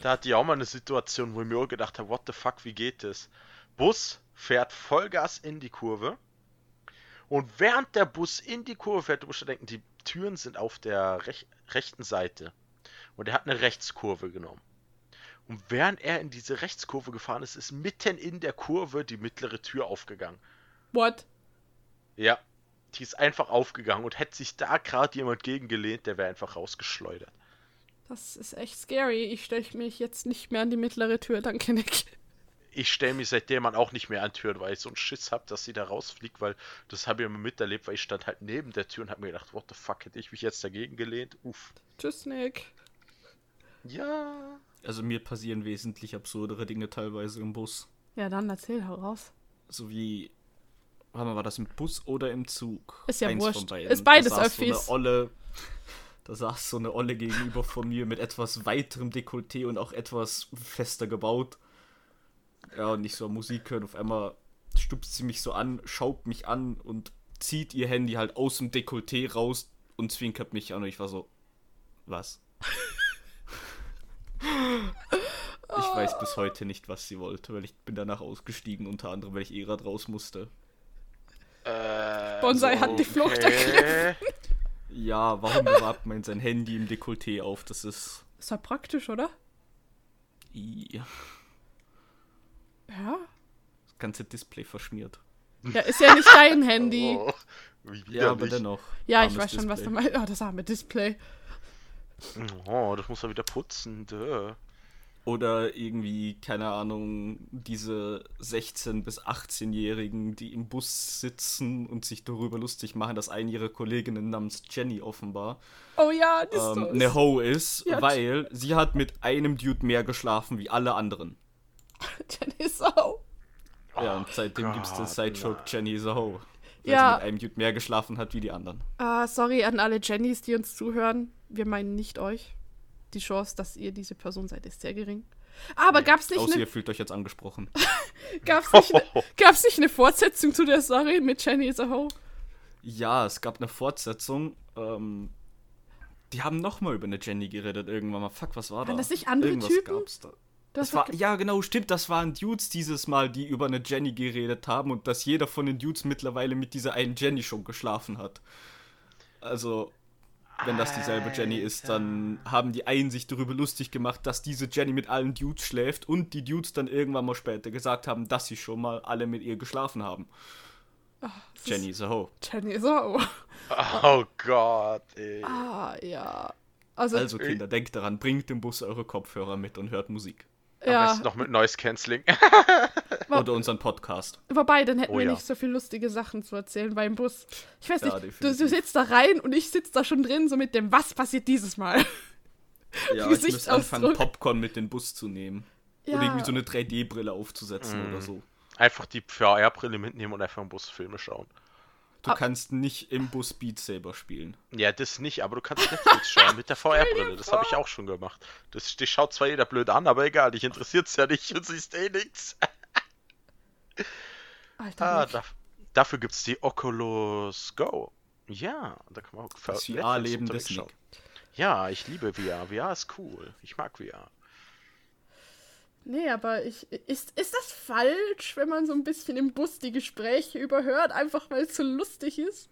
Da hatte ich auch mal eine Situation, wo ich mir auch gedacht habe, what the fuck, wie geht das? Bus fährt Vollgas in die Kurve. Und während der Bus in die Kurve fährt, du musst dir denken, die Türen sind auf der rech rechten Seite. Und er hat eine Rechtskurve genommen. Und während er in diese Rechtskurve gefahren ist, ist mitten in der Kurve die mittlere Tür aufgegangen.
What?
Ja, die ist einfach aufgegangen und hätte sich da gerade jemand gegengelehnt, der wäre einfach rausgeschleudert.
Das ist echt scary. Ich stelle mich jetzt nicht mehr an die mittlere Tür, danke Nick.
Ich stelle mich seitdem an auch nicht mehr an Türen, weil ich so einen Schiss habe, dass sie da rausfliegt, weil das habe ich immer miterlebt, weil ich stand halt neben der Tür und habe mir gedacht, what the fuck, hätte ich mich jetzt dagegen gelehnt? Uff.
Tschüss, Nick.
Ja.
Also mir passieren wesentlich absurdere Dinge teilweise im Bus.
Ja, dann erzähl, hau raus.
So wie, warte mal, war das im Bus oder im Zug?
Ist ja wurscht.
beiden.
Ist beides
da saß
Öffis.
So eine Olle, da saß so eine Olle gegenüber von mir mit etwas weiterem Dekolleté und auch etwas fester gebaut. Ja, und nicht so Musik hören. Auf einmal stupst sie mich so an, schaut mich an und zieht ihr Handy halt aus dem Dekolleté raus und zwinkert mich an. Und ich war so, was? Ich weiß bis heute nicht, was sie wollte, weil ich bin danach ausgestiegen, unter anderem, weil ich eh grad raus musste.
Äh,
Bonsai hat die Flucht
ergriffen.
Ja, warum bewahrt man sein Handy im Dekolleté auf? Das ist.
Ist ja praktisch, oder?
I,
Ja.
das ganze Display verschmiert.
Ja, ist ja nicht dein Handy.
Oh, wie
Ja, aber
widerlich.
dennoch.
Ja, ich
armes
weiß schon, was du
Display.
meinst. Oh, das arme Display.
Oh, das muss er wieder putzen. Duh.
Oder irgendwie, keine Ahnung, diese 16- bis 18-Jährigen, die im Bus sitzen und sich darüber lustig machen, dass eine ihrer Kolleginnen namens Jenny offenbar
Oh ja, das
ähm,
ist
eine Ho ist,
Ja,
weil sie hat mit einem Dude mehr geschlafen wie alle anderen.
Jenny Sau.
Ja, und seitdem gibt es den
Oh Gott,
Side-Joke Jenny is a Ho. Weil
Oh Ja.
sie mit einem Dude mehr geschlafen hat wie die anderen.
Ah, sorry an alle Jennys, die uns zuhören. Wir meinen nicht euch. Die Chance, dass ihr diese Person seid, ist sehr gering. Aber gab's nicht
Außer
eine
ihr fühlt euch jetzt angesprochen.
gab's nicht, ne, gab's nicht eine Fortsetzung zu der Story mit Jenny is a Ho?
Ja, es gab eine Fortsetzung. Ähm, die haben nochmal über eine Jenny geredet irgendwann mal. Fuck, was war da?
das nicht andere
Irgendwas
Typen?
Gab's da.
Das
Das war, ja, genau, stimmt. Das waren Dudes dieses Mal, die über eine Jenny geredet haben und dass jeder von den Dudes mittlerweile mit dieser einen Jenny schon geschlafen hat. Also, wenn das dieselbe Jenny ist, dann haben die einen sich darüber lustig gemacht, dass diese Jenny mit allen Dudes schläft und die Dudes dann irgendwann mal später gesagt haben, dass sie schon mal alle mit ihr geschlafen haben.
Ah, das
Jenny is a hoe.
Ist Jenny is a Ho.
Oh Gott, ey.
Ah, ja. Also,
Also Kinder, denkt daran, bringt im Bus eure Kopfhörer mit und hört Musik.
Am
ja.
besten noch mit Noise Cancelling.
Oder unseren Podcast.
Wobei, dann hätten
Oh
wir
ja.
nicht so viel lustige Sachen zu erzählen beim Bus. Ich weiß
Ja,
nicht, du, du
definitiv.
sitzt da rein und ich sitze da schon drin, so mit dem, was passiert dieses Mal?
Ja, ich müsste
Gesichtsausdruck.
anfangen, Popcorn mit in den Bus zu nehmen.
Ja.
Oder irgendwie so eine 3D-Brille
Mhm.
aufzusetzen oder so.
Einfach die VR-Brille mitnehmen und einfach im Bus Filme schauen.
Du
Ah.
kannst nicht im Bus Beat Saber spielen.
Ja, das nicht, aber du kannst Netflix schauen mit der VR-Brille. Das habe ich auch schon gemacht. Das, das schaut zwar jeder blöd an, aber egal, dich interessiert's ja nicht und siehst eh nichts.
Alter,
Ah,
Nick.
da, dafür gibt's die Oculus Go. Ja, da kann man auch ver-
Das
Netflix
VR-Leben
unterwegs
des Nick.
schauen. Ja, ich liebe VR. VR ist cool. Ich mag VR.
Nee, aber ich. Ist, ist das falsch, wenn man so ein bisschen im Bus die Gespräche überhört, einfach weil es so lustig ist?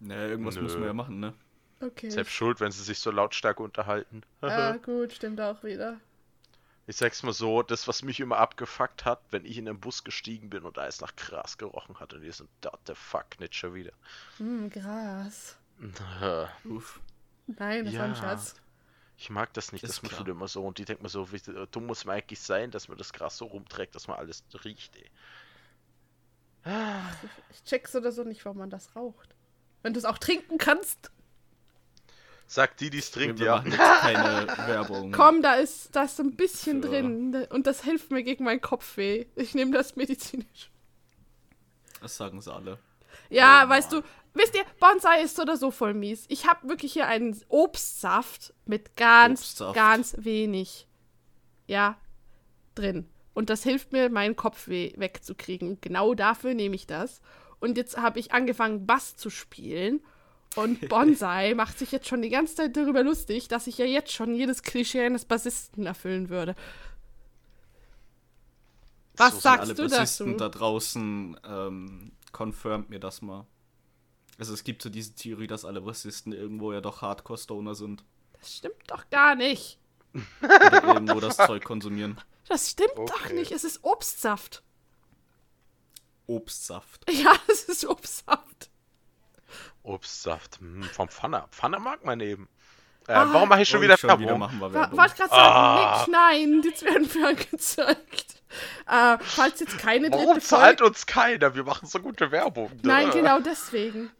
Naja, irgendwas
Nö.
muss man ja machen, ne?
Okay.
Selbst schuld, wenn sie sich so lautstark unterhalten.
Ja, gut, stimmt auch wieder.
Ich sag's mal so, das, was mich immer abgefuckt hat, wenn ich in den Bus gestiegen bin und da es nach Gras gerochen hat und die sind, what the fuck, nicht schon wieder.
Hm, Gras.
Uff.
Nein, das war ein
Ja.
Scherz.
Ich mag das nicht,
Ist
das machen
klar.
die immer so. Und die denkt mir so, wie dumm muss man eigentlich sein, dass man das Gras so rumträgt, dass man alles riecht, ey.
Ich check's oder so nicht, warum man das raucht. Wenn du es auch trinken kannst,
Sagt die, die es trinkt,
Wir
ja.
machen jetzt keine
Hm.
Werbung.
komm, da ist, da ist so ein bisschen
Ja.
drin. Und das hilft mir gegen meinen Kopfweh. Ich nehme das medizinisch.
Das sagen sie alle.
Ja,
Oh
weißt du, wisst ihr, Bonsai ist so oder so voll mies. Ich habe wirklich hier einen Obstsaft mit ganz,
Obstsaft.
ganz wenig, ja, drin. Und das hilft mir, meinen Kopfweh wegzukriegen. Und genau dafür nehme ich das. Und jetzt habe ich angefangen, Bass zu spielen. Und Bonsai macht sich jetzt schon die ganze Zeit darüber lustig, dass ich ja jetzt schon jedes Klischee eines Bassisten erfüllen würde. Was
So sind
sagst
Alle
du dazu?
Bassisten da draußen, ähm, confirmt mir das mal. Also es gibt so diese Theorie, dass alle Bassisten irgendwo ja doch Hardcore-Stoner sind.
das stimmt doch gar nicht.
Oder irgendwo das Zeug konsumieren.
Das stimmt doch
Okay.
nicht. Es ist Obstsaft.
Obstsaft.
Ja, es ist Obstsaft.
Obstsaft. Hm, vom Pfanner. Pfanner mag man eben. Äh,
Ah.
warum mache ich schon
Und
wieder
schon
Werbung?
wieder machen wir
Wa-
Werbung.
Wollte gerade
Ah.
sagen, Nick, nein, jetzt werden wir angezeigt. Äh, falls jetzt keine
Warum
dritte
zahlt
Folge...
uns keiner? Wir machen so gute Werbung. ne?
Nein, genau deswegen.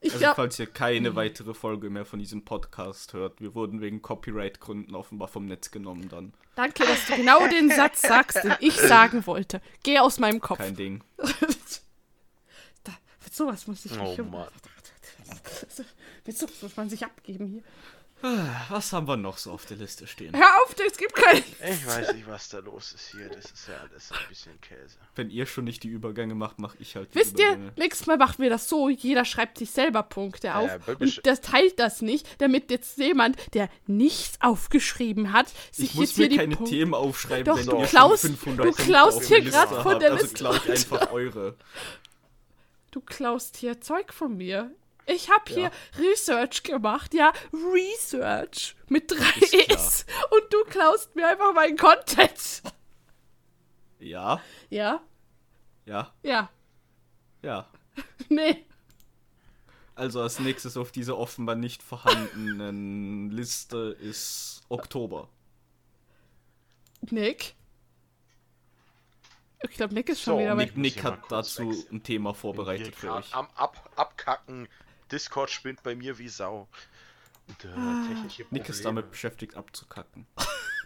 Ich
Also
glaube,
falls ihr keine weitere Folge mehr von diesem Podcast hört, wir wurden wegen Copyright-Gründen offenbar vom Netz genommen dann.
danke, dass du genau den Satz sagst, den ich sagen wollte. Geh aus meinem Kopf.
Kein Ding.
da, mit sowas muss ich mich... um-
Oh Mann.
Mit sowas muss man sich abgeben hier.
Was haben wir noch so auf der Liste stehen?
Hör auf, es gibt keine...
Ich weiß nicht, was da los ist hier. Das ist ja alles ein bisschen Käse.
Wenn ihr schon nicht die Übergänge macht, mache ich halt die
Wisst ihr,
Übergänge.
nächstes Mal machen wir das so, jeder schreibt sich selber Punkte auf
wirklich.
und das teilt das nicht, damit jetzt jemand, der nichts aufgeschrieben hat, sich
Ich
jetzt
muss
hier
mir
die
keine
Punkte...
Themen aufschreiben,
Doch,
wenn
du
ihr
klaust-
schon 500
du
Punkte
klaust
auf
hier
der Liste
grad von
habt.
der
Also
Liste
klaue ich einfach eure.
Du klaust hier Zeug von mir. Ich habe hier
Ja.
Research gemacht, ja, Research mit drei
Ist klar.
S und du klaust mir einfach meinen Content.
Ja,
Ja,
ja,
ja,
ja.
nee.
Also als nächstes auf dieser offenbar nicht vorhandenen Liste ist Oktober.
Nick? Ich glaube, Nick ist schon
So,
wieder
Aber
weg.
ich muss
Nick, Nick
hier mal
hat
kurz
dazu
wechseln.
ein Thema
Hier
vorbereitet für
grad
euch.
am Ab Abkacken. Discord spinnt bei mir wie Sau. Und,
Ah.
äh, technische
Nick ist
Probleme.
damit beschäftigt abzukacken.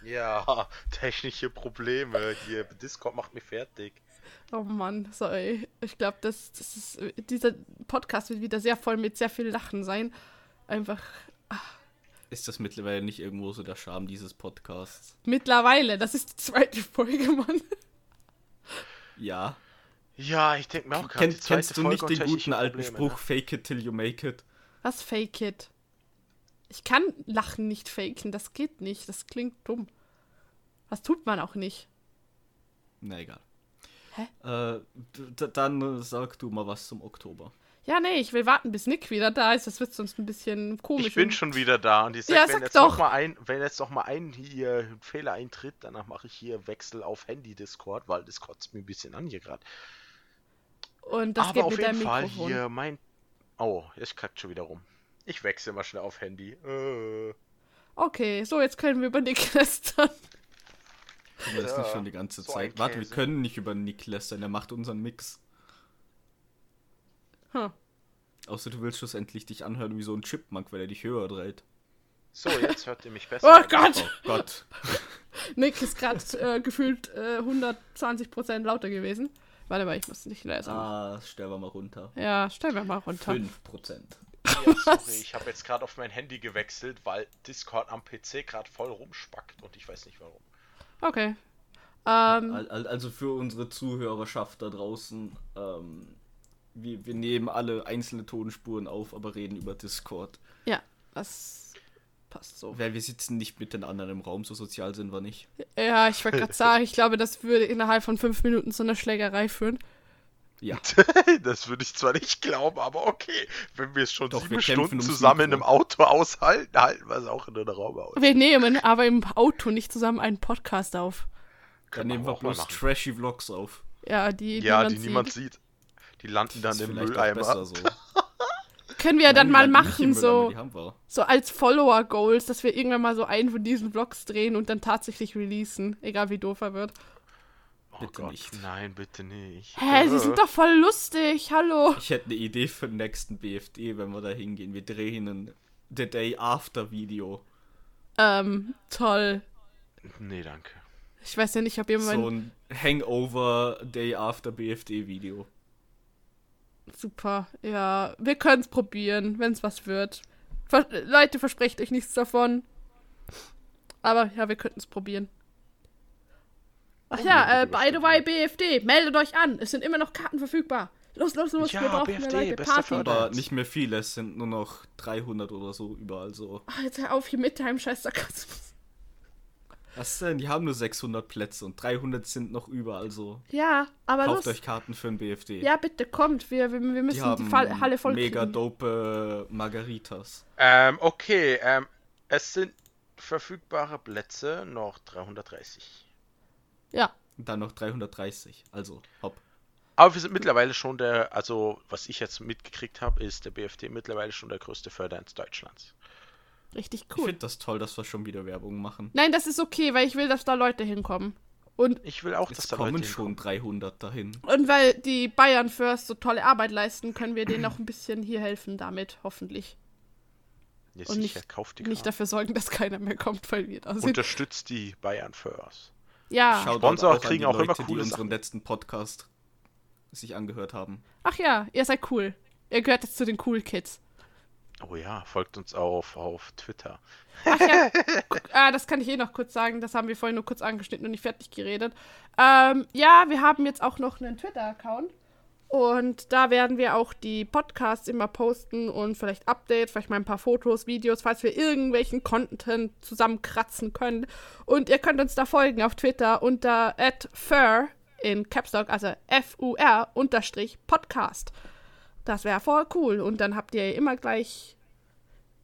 Ja, technische Probleme hier. Discord macht mich fertig.
Oh Mann, sorry. Ich glaube, das, das ist, dieser Podcast wird wieder sehr voll mit sehr viel Lachen sein. Einfach
Ist das mittlerweile nicht irgendwo so der Charme dieses Podcasts?
mittlerweile. Das ist die zweite Folge, Mann.
Ja.
Ja, ich denke mir auch gerade. die
Kennt,
zweite
kennst du
Folge
nicht
und
den
technische
guten alten
Probleme, ne?
Spruch, fake it till you make it?
Was fake it? Ich kann Lachen nicht faken. Das geht nicht. Das klingt dumm. Das tut man auch nicht.
Na egal.
Hä?
Äh, d- d- dann äh, sag du mal was zum Oktober.
Ja, nee, ich will warten, bis Nick wieder da ist. Das wird sonst ein bisschen komisch.
Ich bin
und-
schon wieder da und ich sag,
Ja,
wenn,
sag
jetzt
doch.
Noch mal ein, wenn jetzt noch mal ein hier Fehler eintritt, danach mache ich hier Wechsel auf Handy-Discord, weil das kotzt mir ein bisschen an hier gerade.
Und das
Aber
geht
auf
mit
jeden
deinem
Fall
Mikrofon.
hier mein. Oh, es kackt schon wieder rum. Ich wechsle mal schnell auf Handy. Äh.
Okay, so, jetzt können wir über Nick lästern.
Tun wir das
Ja,
nicht schon die ganze
so
Zeit?
ein
Warte, wir
Käse.
können nicht über Nick lästern, der macht unseren Mix.
Hm.
Außer du willst schlussendlich dich anhören wie so ein Chipmunk, weil er dich höher dreht.
So, jetzt hört ihr mich besser.
Oh Gott!
Oh Gott.
Nick ist gerade äh, gefühlt äh, 120% lauter gewesen. Warte mal, ich muss nicht leiser machen.
Ah, stellen wir mal runter.
Ja, stellen wir mal runter.
5%.
Ja, sorry, ich habe jetzt gerade auf mein Handy gewechselt, weil Discord am PC gerade voll rumspackt und ich weiß nicht warum.
Okay. Ähm,
Al- al- Also für unsere Zuhörerschaft da draußen, ähm, wir, wir nehmen alle einzelne Tonspuren auf, aber reden über Discord.
ja, das passt so.
Weil wir sitzen nicht mit den anderen im Raum, so sozial sind wir nicht.
Ja, ich wollte gerade sagen, ich glaube, das würde innerhalb von fünf Minuten zu einer Schlägerei führen.
Ja.
Das würde ich zwar nicht glauben, aber okay. Wenn wir es schon
Doch, wir
sieben
kämpfen
Stunden
ums
zusammen in
Mikro.
einem Auto aushalten, halten wir es auch in einem Raum aus.
Wir nehmen aber im Auto nicht zusammen einen Podcast auf.
Dann nehmen wir bloß trashy Vlogs auf.
Ja, die
Ja,
niemand
die niemand sieht. Die landen dann
Ist
im
vielleicht auch
Mülleimer.
so.
sieht. Können wir ja dann
Nein,
mal
die landen nicht im
machen,
Mülleimer,
so,
Die haben wir.
so als Follower-Goals, dass wir irgendwann mal so einen von diesen Vlogs drehen und dann tatsächlich releasen. Egal wie doof er wird.
Oh
Bitte nicht.
nein, bitte nicht.
Hä, sie
Äh.
sind doch voll lustig, hallo.
Ich hätte eine Idee für den nächsten BFD, wenn wir da hingehen. Wir drehen ein The Day After Video.
Ähm, toll.
Nee, danke.
Ich weiß ja nicht, ob jemand.
So ein Hangover Day After BFD Video.
Super, ja. Wir können es probieren, wenn es was wird. Ver Leute, versprecht euch nichts davon. Aber ja, wir könnten es probieren.
Oh
Ach ja, äh,
bitte,
by the way, BFD, meldet euch an. Es sind immer noch Karten verfügbar. Los, los, los,
Ja,
wir brauchen
BFD,
mehr Leute.
bester
Party.
Förder-
Aber
jetzt.
nicht mehr viel, es sind nur noch 300 oder so überall so.
Ach, Oh, jetzt hör auf hier mit deinem scheiß Sarkasmus.
Was denn? Die haben nur 600 Plätze und 300 sind noch überall so.
Ja, aber
Kauft
los.
euch Karten für den BFD.
Ja, bitte, kommt. Wir, wir, wir müssen die,
haben
Fall Halle voll
mega
kriegen.
dope äh, Margaritas.
Ähm, okay, ähm, es sind verfügbare Plätze noch 330.
Ja.
Und dann noch 330. Also, hopp.
Aber wir sind mittlerweile schon der, also was ich jetzt mitgekriegt habe, ist der BFD mittlerweile schon der größte Förderins Deutschlands.
Richtig
Ich
cool.
finde das toll, dass wir schon wieder Werbung machen.
Nein, das ist okay, weil ich will, dass da Leute hinkommen. Und,
Ich will auch, dass
Es
da
kommen
Leute
schon 300 dahin.
und weil die Bayern First so tolle Arbeit leisten, können wir denen auch ein bisschen hier helfen damit, hoffentlich.
Jetzt
und
sicher,
nicht-
kauft die
Nicht
Karten.
dafür sorgen, dass keiner mehr kommt, weil wir da sind.
Unterstützt die Bayern First.
Ja.
Shoutout
Sponsor
an
kriegen
die
auch immer
Leute, die
coole
unseren
Sachen.
letzten Podcast sich angehört haben.
Ach ja, ihr seid cool. Ihr gehört jetzt zu den Cool Kids.
Oh ja, folgt uns auf, auf Twitter.
Ach ja, gu- ah, das kann ich eh noch kurz sagen. Das haben wir vorhin nur kurz angeschnitten und nicht fertig geredet. Ähm, ja, wir haben jetzt auch noch einen Twitter-Account. Und da werden wir auch die Podcasts immer posten und vielleicht Updates, vielleicht mal ein paar Fotos, Videos, falls wir irgendwelchen Content zusammenkratzen können. Und ihr könnt uns da folgen auf Twitter unter @fur in Caps Lock, also F-U-R unterstrich Podcast. Das wäre voll cool. Und dann habt ihr immer gleich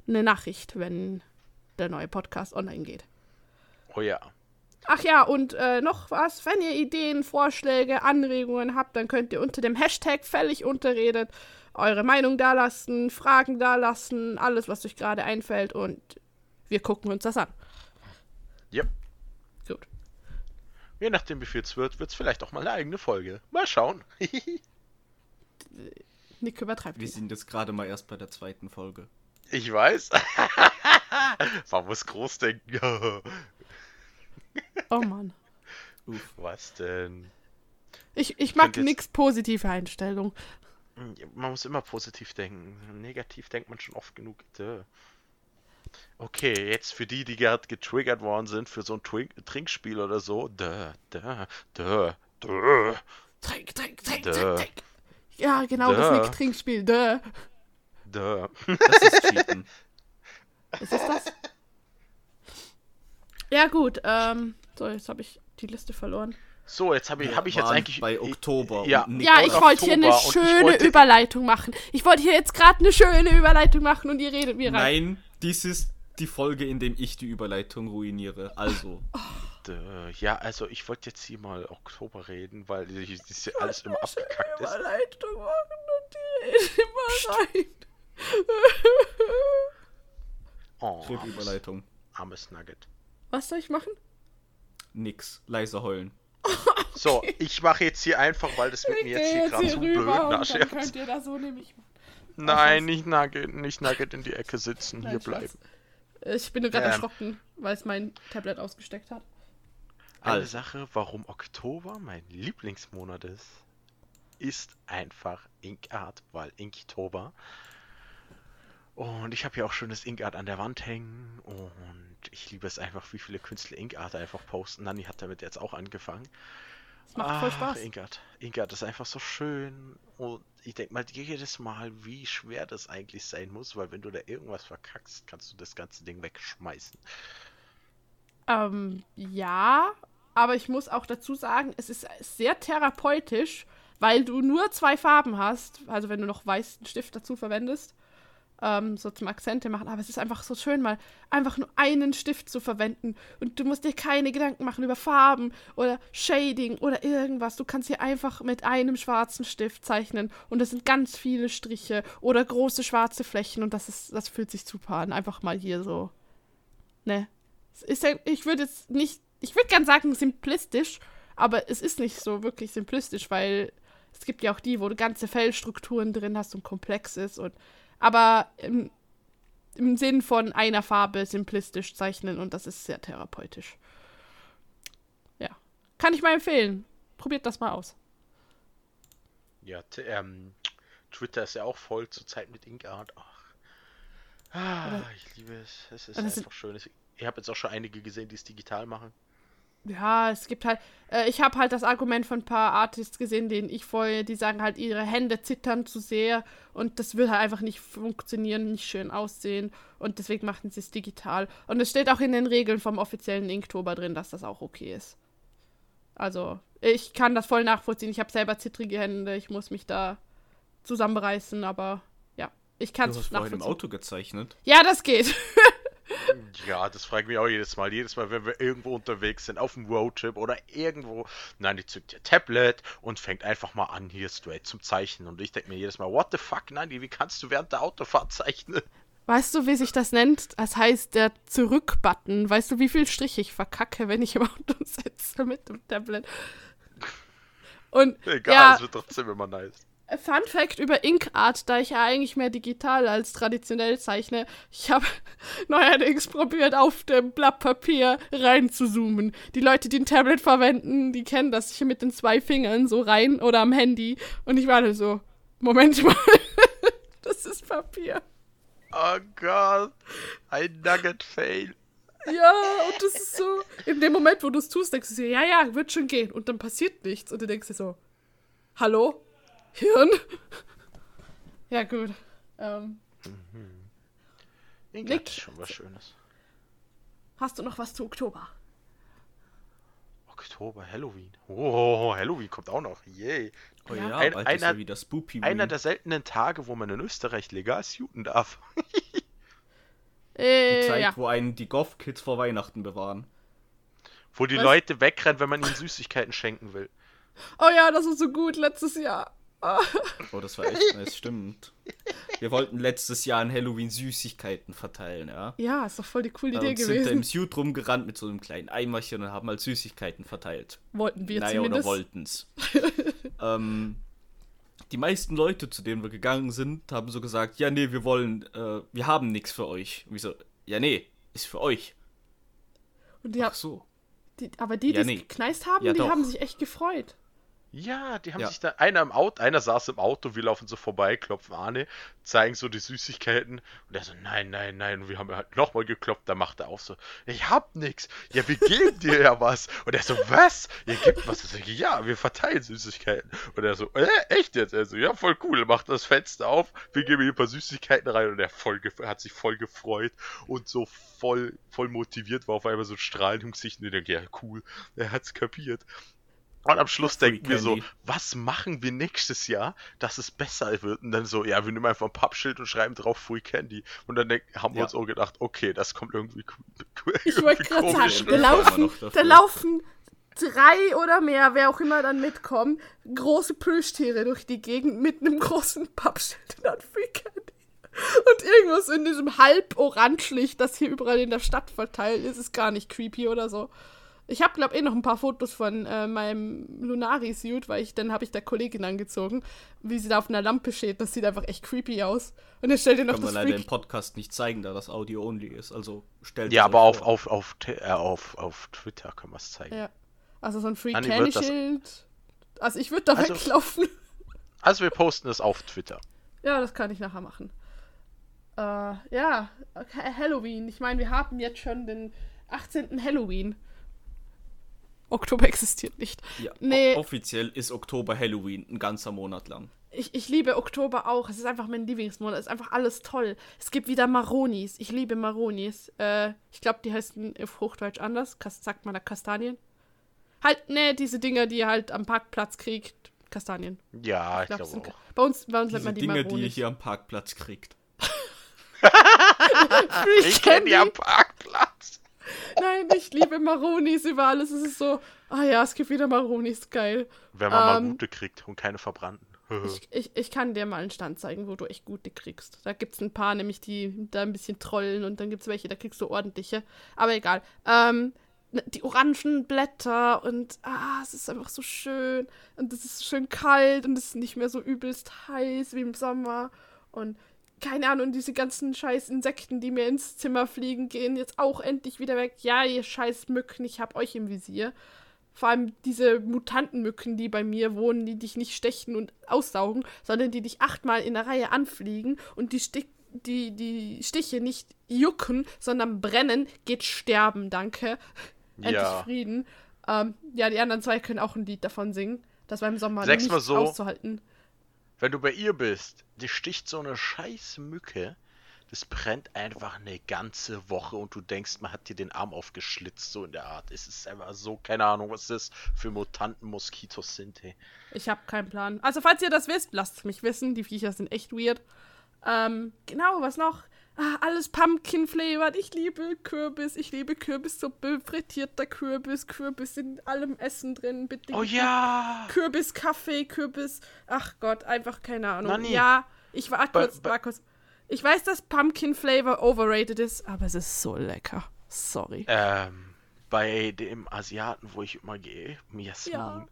eine Nachricht, wenn der neue Podcast online geht.
Oh ja.
Ach ja, und äh, noch was, wenn ihr Ideen, Vorschläge, Anregungen habt, dann könnt ihr unter dem Hashtag fällig unterredet eure Meinung dalassen, Fragen dalassen, alles, was euch gerade einfällt und wir gucken uns das an.
Ja.
Gut.
Je nachdem, wie viel es wird, wird es vielleicht auch mal eine eigene Folge. Mal schauen.
Nick übertreibt.
Wir
wieder.
sind jetzt gerade mal erst bei der zweiten Folge.
Ich weiß. Man muss groß denken. Ja,
Oh Mann.
Was denn?
Ich, ich mag
Könnt jetzt-
nix positive Einstellung.
Man muss immer positiv denken. Negativ denkt man schon oft genug. Duh. Okay, jetzt für die, die gerade getriggert worden sind für so ein Twink Trinkspiel oder so. Duh, duh, duh, duh.
Trink, trink, trink,
Duh.
trink, trink. Ja, genau, das
Duh.
Nick-Trinkspiel. Duh.
Duh.
Das ist Cheaten.
Was ist das? Ja, gut. Ähm, so, jetzt habe ich die Liste verloren.
So, jetzt habe ich,
Wir
hab ich jetzt
waren
eigentlich.
bei Oktober
Ja,
und nicht-
Ja,
Und
ich wollte hier eine
Oktober und ich
schöne
wollte-
Überleitung machen. Ich wollte hier jetzt gerade eine schöne Überleitung machen und ihr redet mir rein.
Nein, dies ist die Folge, in dem ich die Überleitung ruiniere. Also,
Duh. Ja, also ich wollte jetzt hier mal Oktober reden, weil ich- das ist ja alles immer abgekackt ist.
Überleitung machen und ihr redet immer rein.
Oh, armes,
Überleitung.
armes Nugget.
Was soll ich machen?
Nix. Leise heulen.
So, ich mache jetzt hier einfach, weil das wird mir jetzt hier gerade zu blöd. Na,
und dann
Scherz.
könnt ihr da so nämlich machen.
Nein, nicht Nugget, nicht Nugget in die Ecke sitzen,
Nein,
hier
Scherz.
bleiben.
Äh, Ich bin nur gerade
Ähm.
erschrocken, weil es mein Tablet ausgesteckt hat.
Eine
Also.
Sache, warum Oktober mein Lieblingsmonat ist, ist einfach Inkart, weil Inktober. Und ich habe ja auch schönes Inkart an der Wand hängen und ich liebe es einfach, wie viele Künstler Inkart einfach posten. Nanni hat damit jetzt auch angefangen.
Es macht voll
Ach,
Spaß.
Ingard. Ingard ist einfach so schön. Und ich denke mal jedes Mal, wie schwer das eigentlich sein muss, weil wenn du da irgendwas verkackst, kannst du das ganze Ding wegschmeißen.
Ähm, ja, aber ich muss auch dazu sagen, es ist sehr therapeutisch, weil du nur zwei Farben hast. Also wenn du noch weißen Stift dazu verwendest, ähm, so zum Akzente machen. Aber es ist einfach so schön, mal einfach nur einen Stift zu verwenden. Und du musst dir keine Gedanken machen über Farben oder Shading oder irgendwas. Du kannst hier einfach mit einem schwarzen Stift zeichnen. Und es sind ganz viele Striche oder große schwarze Flächen. Und das ist, das fühlt sich super an. Einfach mal hier so. Ne? Es ist ja, ich würde jetzt nicht, ich würde gern sagen simplistisch, aber es ist nicht so wirklich simplistisch, weil es gibt ja auch die, wo du ganze Fellstrukturen drin hast und komplex ist und aber im, im Sinn von einer Farbe simplistisch zeichnen und das ist sehr therapeutisch. Ja, kann ich mal empfehlen. Probiert das mal aus.
Ja, t- ähm, Twitter ist ja auch voll zur Zeit mit Inkart. Ach. Ah, ich liebe es. Es ist
Oder
einfach
sind-
schön. Es- Ich habe jetzt auch schon einige gesehen, die es digital machen.
Ja, es gibt halt, äh, ich habe halt das Argument von ein paar Artists gesehen, denen ich folge, die sagen halt, ihre Hände zittern zu sehr und das wird halt einfach nicht funktionieren, nicht schön aussehen und deswegen machen sie es digital. Und es steht auch in den Regeln vom offiziellen Inktober drin, dass das auch okay ist. Also, ich kann das voll nachvollziehen. Ich habe selber zittrige Hände, ich muss mich da zusammenreißen, aber ja, ich kann
Du
es
hast vorhin im
nachvollziehen.
Auto gezeichnet.
Ja, das geht.
Ja, das frage ich mich auch jedes Mal. Jedes Mal, wenn wir irgendwo unterwegs sind, auf dem Roadtrip oder irgendwo. Nein, die zückt ihr Tablet und fängt einfach mal an, hier straight zum Zeichnen. Und ich denke mir jedes Mal, what the fuck, Nandi, wie kannst du während der Autofahrt zeichnen?
Weißt du, wie sich das nennt? Das heißt der Zurück-Button. Weißt du, wie viel Strich ich verkacke, wenn ich im Auto sitze mit dem Tablet? Und
Egal, also-
ja,
es wird trotzdem immer nice.
Fun Fact über Inkart, da ich ja eigentlich mehr digital als traditionell zeichne. Ich habe neuerdings probiert, auf dem Blatt Papier reinzuzoomen. Die Leute, die ein Tablet verwenden, die kennen das. Ich mit den zwei Fingern so rein oder am Handy. Und ich war dann so, Moment mal, das ist Papier.
Oh Gott, ein Nugget-Fail.
Ja, und das ist so, in dem Moment, wo du es tust, denkst du dir, ja, ja, wird schon gehen. Und dann passiert nichts. Und du denkst dir so, hallo, Hirn? Ja, gut. Ähm,
Inkart ist schon was Schönes.
hast du noch was zu Oktober?
Oktober, Halloween. Oh, Halloween kommt auch noch. Yay.
Oh ja,
Ein-
bald ist ja
einer-
wieder Spoopy
Einer
Week.
der seltenen Tage, wo man in Österreich legal shooten darf.
Äh,
Die Zeit,
ja.
wo einen die Goth-Kids vor Weihnachten bewahren.
Wo die
Was?
Leute wegrennen, wenn man ihnen Süßigkeiten schenken will.
Oh ja, das ist so gut, letztes Jahr. Ah,
Oh, das war echt nice, stimmt. Wir wollten letztes Jahr an Halloween Süßigkeiten verteilen, ja.
Ja, ist doch voll die coole
Und
Idee
sind da im
gewesen.
Suit rumgerannt mit so einem kleinen Eimerchen und haben halt Süßigkeiten verteilt.
Wollten wir
naja,
zumindest.
oder wollten's. ähm, die meisten Leute, zu denen wir gegangen sind, haben so gesagt, ja, nee, wir wollen, äh, wir haben nichts für euch. Und wir so, ja, nee, ist für euch.
Und die, hab-
Ach so.
die, aber die, die
Ja,
es
nee.
gekneist haben,
Ja,
die
doch.
haben sich echt gefreut.
Ja, die haben
Ja.
sich da. Einer im Auto, einer saß im Auto, wir laufen so vorbei, klopfen Arne, zeigen so die Süßigkeiten. Und er so, nein, nein, nein. Und wir haben halt nochmal geklopft, da macht er auch so, ich hab nix. Ja, wir geben dir ja was. Und er so, was? Ihr gebt was? Ich so, ja, wir verteilen Süßigkeiten. Und er so, äh, echt jetzt? Er so, ja, voll cool, macht das Fenster auf, wir geben ihm ein paar Süßigkeiten rein. Und er voll gef- hat sich voll gefreut und so voll, voll motiviert war auf einmal so ein Strahlen im Gesicht. Und ich denke, ja, cool, er hat's kapiert. Und am Schluss
Free
denken wir so,
Candy.
was machen wir nächstes Jahr, dass es besser wird? Und dann so, ja, wir nehmen einfach ein Pappschild und schreiben drauf Free Candy. Und dann denk, haben wir
Ja.
uns auch gedacht, okay, das kommt irgendwie cool.
Ich wollte gerade sagen, da
ne?
laufen,
Immer noch
da
dafür.
laufen drei oder mehr, wer auch immer dann mitkommen, große Plüschtiere durch die Gegend mit einem großen Pappschild und dann Free Candy. Und irgendwas in diesem halb orangelich, das hier überall in der Stadt verteilt ist, ist gar nicht creepy oder so. Ich habe, glaube ich, eh noch ein paar Fotos von äh, meinem Lunari-Suit, weil ich, dann habe ich der Kollegin angezogen, wie sie da auf einer Lampe steht. Das sieht einfach echt creepy aus. Und dann stellt ihr noch
Kann man
das
leider im
Freak
Podcast nicht zeigen, da das Audio-only ist. Also stellt
Ja,
es
aber
euch
auf, auf,
vor.
auf, T- äh, auf, auf Twitter können wir es zeigen.
Ja. Also so ein Free
Anni,
Candy
wird das-
Schild. Also ich würde da
Also-
weglaufen.
Also wir posten es auf Twitter.
Ja, das kann ich nachher machen. Äh, ja, okay, Halloween. Ich meine, wir haben jetzt schon den 18. Halloween. Oktober existiert nicht.
Ja,
nee.
o- offiziell ist Oktober Halloween, ein ganzer Monat lang.
Ich, ich liebe Oktober auch. Es ist einfach mein Lieblingsmonat. Es ist einfach alles toll. Es gibt wieder Maronis. Ich liebe Maronis. Äh, ich glaube, die heißen auf Hochdeutsch anders. Kas sagt man da Kastanien? Halt, ne, diese Dinger, die ihr halt am Parkplatz kriegt. Kastanien.
Ja, ich,
Ich glaub, es
glaube
sind,
auch.
bei uns, bei uns nennt
Diese
man die
Dinge, die ihr
Maronis.
hier am Parkplatz kriegt.
Free
Ich kenne die
Candy.
am Parkplatz.
Ah, Nein, ich liebe Maronis über alles. Es ist so, ah ja, es gibt wieder Maronis, geil.
Wenn man
Ähm.
mal gute kriegt und keine verbrannten.
Ich, ich, ich kann dir mal einen Stand zeigen, wo du echt gute kriegst. Da gibt es ein paar, nämlich die da ein bisschen trollen und dann gibt es welche, da kriegst du ordentliche. Aber egal. Ähm, n- die orangen Blätter und ah, es ist einfach so schön. Und es ist schön kalt und es ist nicht mehr so übelst heiß wie im Sommer. Und keine Ahnung, und diese ganzen scheiß Insekten, die mir ins Zimmer fliegen, gehen jetzt auch endlich wieder weg. Ja, ihr scheiß Mücken, ich hab euch im Visier. Vor allem diese Mutantenmücken, die bei mir wohnen, die dich nicht stechen und aussaugen, sondern die dich achtmal in der Reihe anfliegen und die, Stich, die, die Stiche nicht jucken, sondern brennen, geht sterben, danke. Endlich
Ja.
Frieden. Ähm, ja, die anderen zwei können auch ein Lied davon singen. Das war im Sommer
Sag's
nicht
mal so.
auszuhalten.
Wenn du bei ihr bist, die sticht so eine scheiß Mücke, das brennt einfach eine ganze Woche und du denkst, man hat dir den Arm aufgeschlitzt, so in der Art. Es ist einfach so, keine Ahnung, was das für Mutanten Moskitos sind. Hey.
Ich habe keinen Plan. Also, falls ihr das wisst, lasst es mich wissen. Die Viecher sind echt weird. Ähm, genau, was noch? ah, alles Pumpkin flavored. Ich liebe Kürbis. Ich liebe Kürbissuppe, frittierter Kürbis, Kürbis in allem Essen drin. Bitte
Oh ja!
Kürbiskaffee, Kürbis. Ach Gott, einfach keine Ahnung.
Nanni.
Ja, ich war
Bei-
kurz,
bei-
war kurz. Ich weiß, dass Pumpkin Flavor overrated ist, aber es ist so lecker. Sorry.
Ähm, bei dem Asiaten, wo ich immer gehe, Miasmin,
Ja.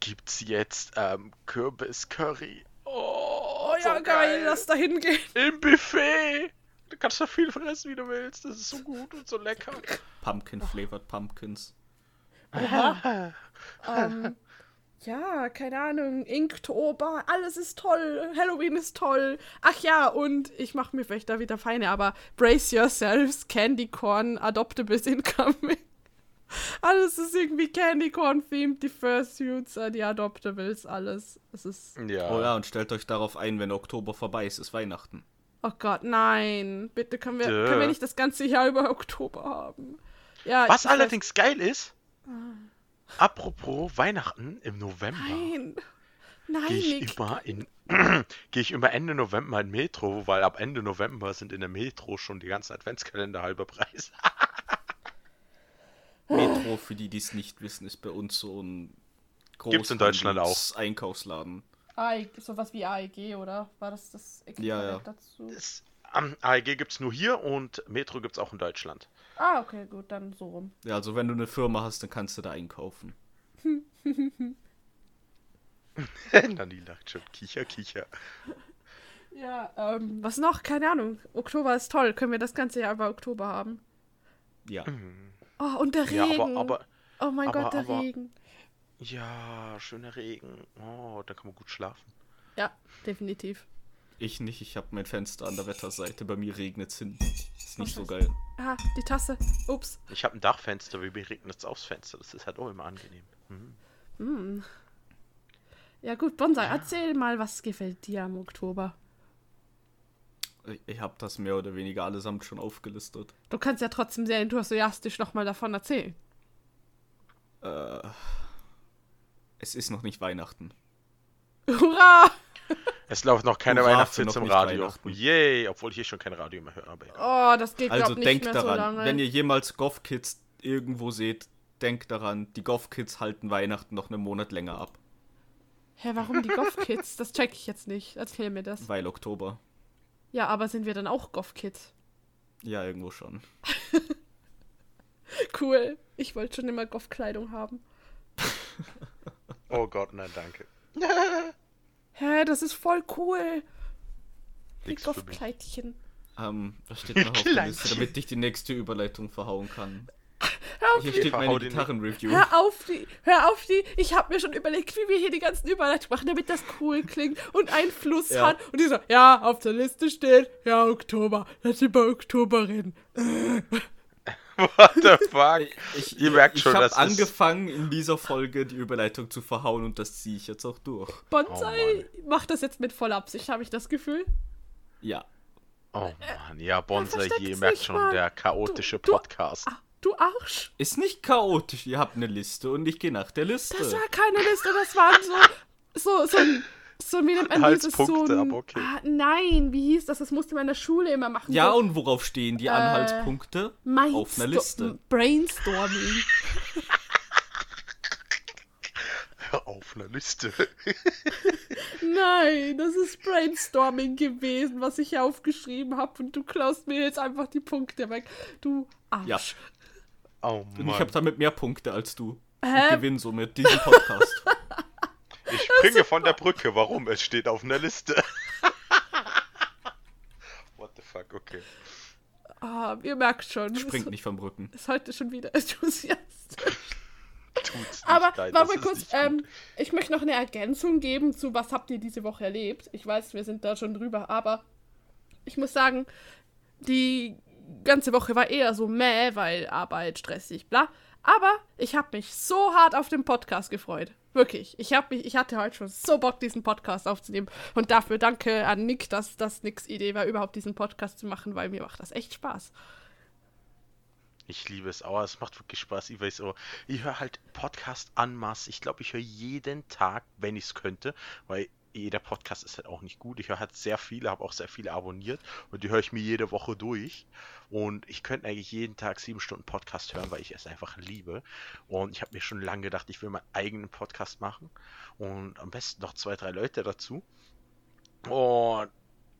gibt's jetzt ähm, Kürbis-Curry. Oh,
oh ja,
so
geil, lass da hingehen.
Im Buffet! Du kannst da viel fressen, wie du willst. Das ist so gut und so lecker.
Pumpkin-flavored Pumpkins.
Ähm, ja, keine Ahnung. Inktober, alles ist toll. Halloween ist toll. Ach ja, und ich mache mir vielleicht da wieder Feine, aber brace yourselves, Candy Corn, Adoptables Incoming. Alles ist irgendwie Candy Corn-themed, die Fursuits, äh, die Adoptables, alles. Es ist.
Ja.
Oh ja, und stellt euch darauf ein, wenn Oktober vorbei ist, ist Weihnachten.
Oh Gott, nein. Bitte können wir,
Duh.
können wir nicht das ganze Jahr über Oktober haben. Ja,
Was
ich weiß-
allerdings geil ist, apropos Weihnachten im November,
Nein. Nein,
gehe ich,
Nick.
immer in- geh ich immer Ende November in Metro, weil ab Ende November sind in der Metro schon die ganzen Adventskalender halber Preis.
Metro, für die, die es nicht wissen, ist bei uns so ein
Gibt's in Deutschland auch.
Großhandels- Einkaufsladen.
AEG, sowas wie AEG, oder? War das das Äquivalent
Ja, ja.
dazu?
Das, am AEG gibt es nur hier und Metro gibt es auch in Deutschland.
Ah, okay, gut, dann so rum.
Ja, also wenn du eine Firma hast, dann kannst du da einkaufen.
Nani lacht schon. Kicher, kicher.
Ja, ähm, was noch? Keine Ahnung. Oktober ist toll. Können wir das ganze Jahr über Oktober haben?
Ja.
Mhm.
Oh, und der
Ja,
Regen.
aber, aber,
oh mein
aber-
Gott, der
aber-
Regen.
ja, schöner Regen. Oh, da kann man gut schlafen.
Ja, definitiv.
Ich nicht, ich habe mein Fenster an der Wetterseite. Bei mir regnet's hin. Ist nicht so
scheiße.
geil.
Ah, die Tasse. Ups.
Ich habe ein Dachfenster, wie mir regnet es aufs Fenster. Das ist halt auch immer angenehm. Mhm.
Ja gut, Bonsai, erzähl mal, was gefällt dir am Oktober?
Ich- Ich habe das mehr oder weniger allesamt schon aufgelistet.
Du kannst ja trotzdem sehr enthusiastisch nochmal davon erzählen.
Es ist noch nicht Weihnachten.
Hurra!
Es läuft noch keine
Hurra für
Weihnachtshits
Oh, noch
im
nicht
Radio.
Weihnachten.
Yay, obwohl ich hier schon kein Radio mehr höre. Aber egal.
Oh, das geht,
Also
glaub nicht
denkt
mehr so
daran,
lange.
wenn ihr jemals Goth Kids irgendwo seht, denkt daran, die Goth Kids halten Weihnachten noch einen Monat länger ab,
Hä, warum die Goff-Kids? Das check ich jetzt nicht. Erzähl mir das.
weil Oktober.
Ja, aber sind wir dann auch Goff-Kids?
Ja, irgendwo schon.
Cool. Ich wollte schon immer Goff-Kleidung haben.
Oh Gott, nein, danke.
Hä, das ist voll cool. Die
Nix für mich.
Goff-Kleidchen.
Ähm, was steht noch auf der
Klein-
Liste, damit ich die nächste Überleitung verhauen kann?
Hör auf,
Hier
die,
steht meine
Verhau die nicht.
Gitarrenreview.
hör auf die, hör auf die. Ich habe mir schon überlegt, wie wir hier die ganzen Überleitungen machen, damit das cool klingt und einen Fluss
Ja.
hat. Und die so, ja, auf der Liste steht, ja, Oktober. Lass über Oktober reden.
What the fuck?
Ich,
Ihr merkt schon,
ich
das
habe
ist-
angefangen in dieser Folge die Überleitung zu verhauen und das ziehe ich jetzt auch durch.
Bonsai
Oh,
macht das jetzt mit Vollabsicht, habe ich das Gefühl.
Ja.
Oh Mann, ja, Bonsai,
versteck's
ihr merkt
nicht
schon,
mal.
der chaotische
Du- du-
Podcast.
Ah, du Arsch.
Ist nicht chaotisch, ihr habt eine Liste und ich gehe nach der
Äh.
Liste.
Das war keine Liste, das waren so, so, so ein, so wie nennt man dieses, so
Anhaltspunkte,
ein,
aber okay.
ah, nein, wie hieß das, das musste man in der Schule immer machen.
Ja,
so,
und worauf stehen
Äh,
die Anhaltspunkte?
Mainsto-
Auf einer Liste.
Brainstorming.
Auf einer Liste.
Nein, das ist Brainstorming gewesen, was ich hier aufgeschrieben habe und du klaust mir jetzt einfach die Punkte weg. Du
Ja.
Arsch.
Oh
Und ich
Mann.
habe damit mehr Punkte als du. Ich
Hä? Also-
gewinne somit diesen Podcast.
Ich springe von der Brücke. Warum? Es steht auf einer Liste. What the fuck, okay.
Ah, ihr merkt schon,
Springt nicht vom Rücken.
ist heute schon wieder enthusiastisch.
Tut's nicht.
Aber
Nein, das
warte mal
ist
kurz,
nicht gut.
ähm, ich möchte noch eine Ergänzung geben zu was habt ihr diese Woche erlebt. Ich weiß, wir sind da schon drüber, aber ich muss sagen, die ganze Woche war eher so mäh, weil Arbeit, stressig, bla. Aber ich habe mich so hart auf den Podcast gefreut. Wirklich. Ich, hab mich, ich hatte heute schon so Bock, diesen Podcast aufzunehmen. Und dafür danke an Nick, dass das Nicks Idee war, überhaupt diesen Podcast zu machen, weil mir macht das echt Spaß.
Ich liebe es, aber es macht wirklich Spaß. Ich weiß auch, ich höre halt Podcast anmaß. Ich glaube, ich höre jeden Tag, wenn ich es könnte, weil jeder Podcast ist halt auch nicht gut. Ich höre halt sehr viele, habe auch sehr viele abonniert und die höre ich mir jede Woche durch. Und ich könnte eigentlich jeden Tag sieben Stunden Podcast hören, weil ich es einfach liebe. Und ich habe mir schon lange gedacht, ich will meinen eigenen Podcast machen und am besten noch zwei, drei Leute dazu. Und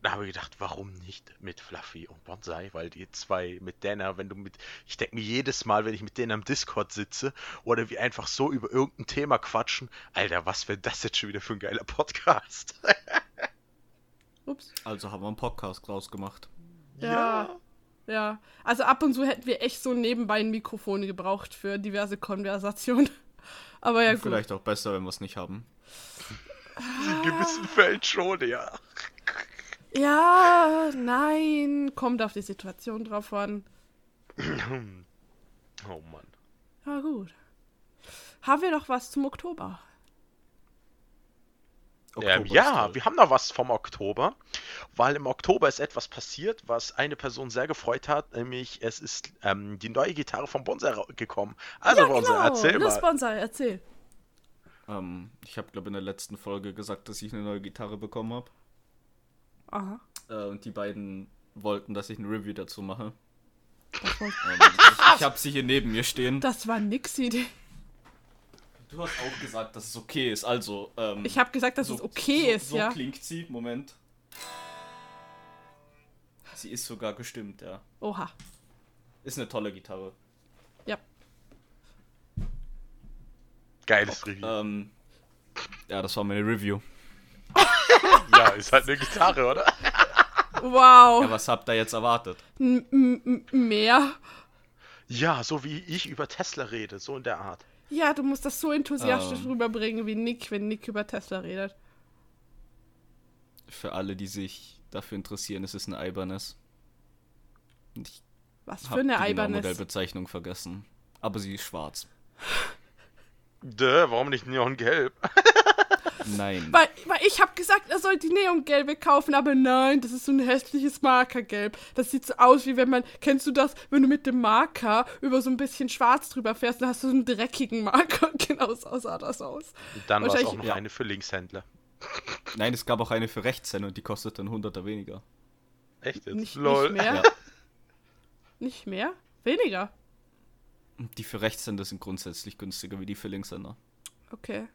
da habe ich gedacht, warum nicht mit Fluffy und Bonsai? Weil die zwei mit Dana, wenn du mit. Ich denke mir jedes Mal, wenn ich mit denen am Discord sitze oder wir einfach so über irgendein Thema quatschen, Alter, was wäre das jetzt schon wieder für ein geiler Podcast?
Ups.
Also haben wir einen Podcast draus gemacht.
Ja. ja. Also ab und zu hätten wir echt so nebenbei ein Mikrofon gebraucht für diverse Konversationen. Aber ja, gut.
Vielleicht auch besser, wenn wir es nicht haben.
In gewissen Fällen schon, ja.
Ja, nein. Kommt auf die Situation drauf an.
Oh Mann.
Na gut. Haben wir noch was zum Oktober?
Ähm,
ist
ja,
toll.
wir haben noch was vom Oktober, weil im Oktober ist etwas passiert, was eine Person sehr gefreut hat, nämlich es ist ähm, die neue Gitarre von Bonsai ra- gekommen. Also
ja, genau,
Bonsai, erzähl
das
mal.
Bonsai, Ne, erzähl.
ähm, ich habe, glaube in der letzten Folge gesagt, dass ich eine neue Gitarre bekommen habe.
Aha.
Äh, und die beiden wollten, dass ich ein Review dazu mache.
Das war,
Ähm, ich ich habe sie hier neben mir stehen.
das war nix Idee.
Du hast auch gesagt, dass es okay ist. Also, ähm,
Ich habe gesagt, dass es okay
so,
ist,
so
ja.
klingt sie. Moment. Sie ist sogar gestimmt, ja.
Oha.
Ist eine tolle Gitarre.
Ja.
Geiles Review.
Ähm, ja, das war meine Review.
Ja, ist halt eine Gitarre, oder?
Ja,
Wow.
was habt ihr jetzt erwartet?
M- m- m- Mehr.
Ja, so wie ich über Tesla rede, so in der Art.
Ja, du musst das so enthusiastisch
Ähm.
rüberbringen wie Nick, wenn Nick über Tesla redet.
Für alle, die sich dafür interessieren, es ist eine Ibanez. Und ich
Was für
habe die
genau
eine
genaue
Ibanez.
Modellbezeichnung vergessen. Aber sie ist schwarz.
Dö, warum nicht Neon Gelb?
Nein.
Weil, weil ich habe gesagt, er soll die Neongelbe kaufen, aber nein, das ist so ein hässliches Markergelb. Das sieht so aus, wie wenn man, kennst du das, wenn du mit dem Marker über so ein bisschen Schwarz drüber fährst, dann hast du so einen dreckigen Marker. Genau so sah das aus.
Dann war es
Wahrscheinlich-
auch noch
Ja.
eine für Linkshändler.
Nein, es gab auch eine für Rechtshänder und die kostet dann 100er weniger.
Echt jetzt?
Nicht,
Lol.
nicht mehr?
Ja.
Nicht mehr? Weniger?
Die für Rechtshänder sind grundsätzlich günstiger wie die für Linkshänder.
Okay.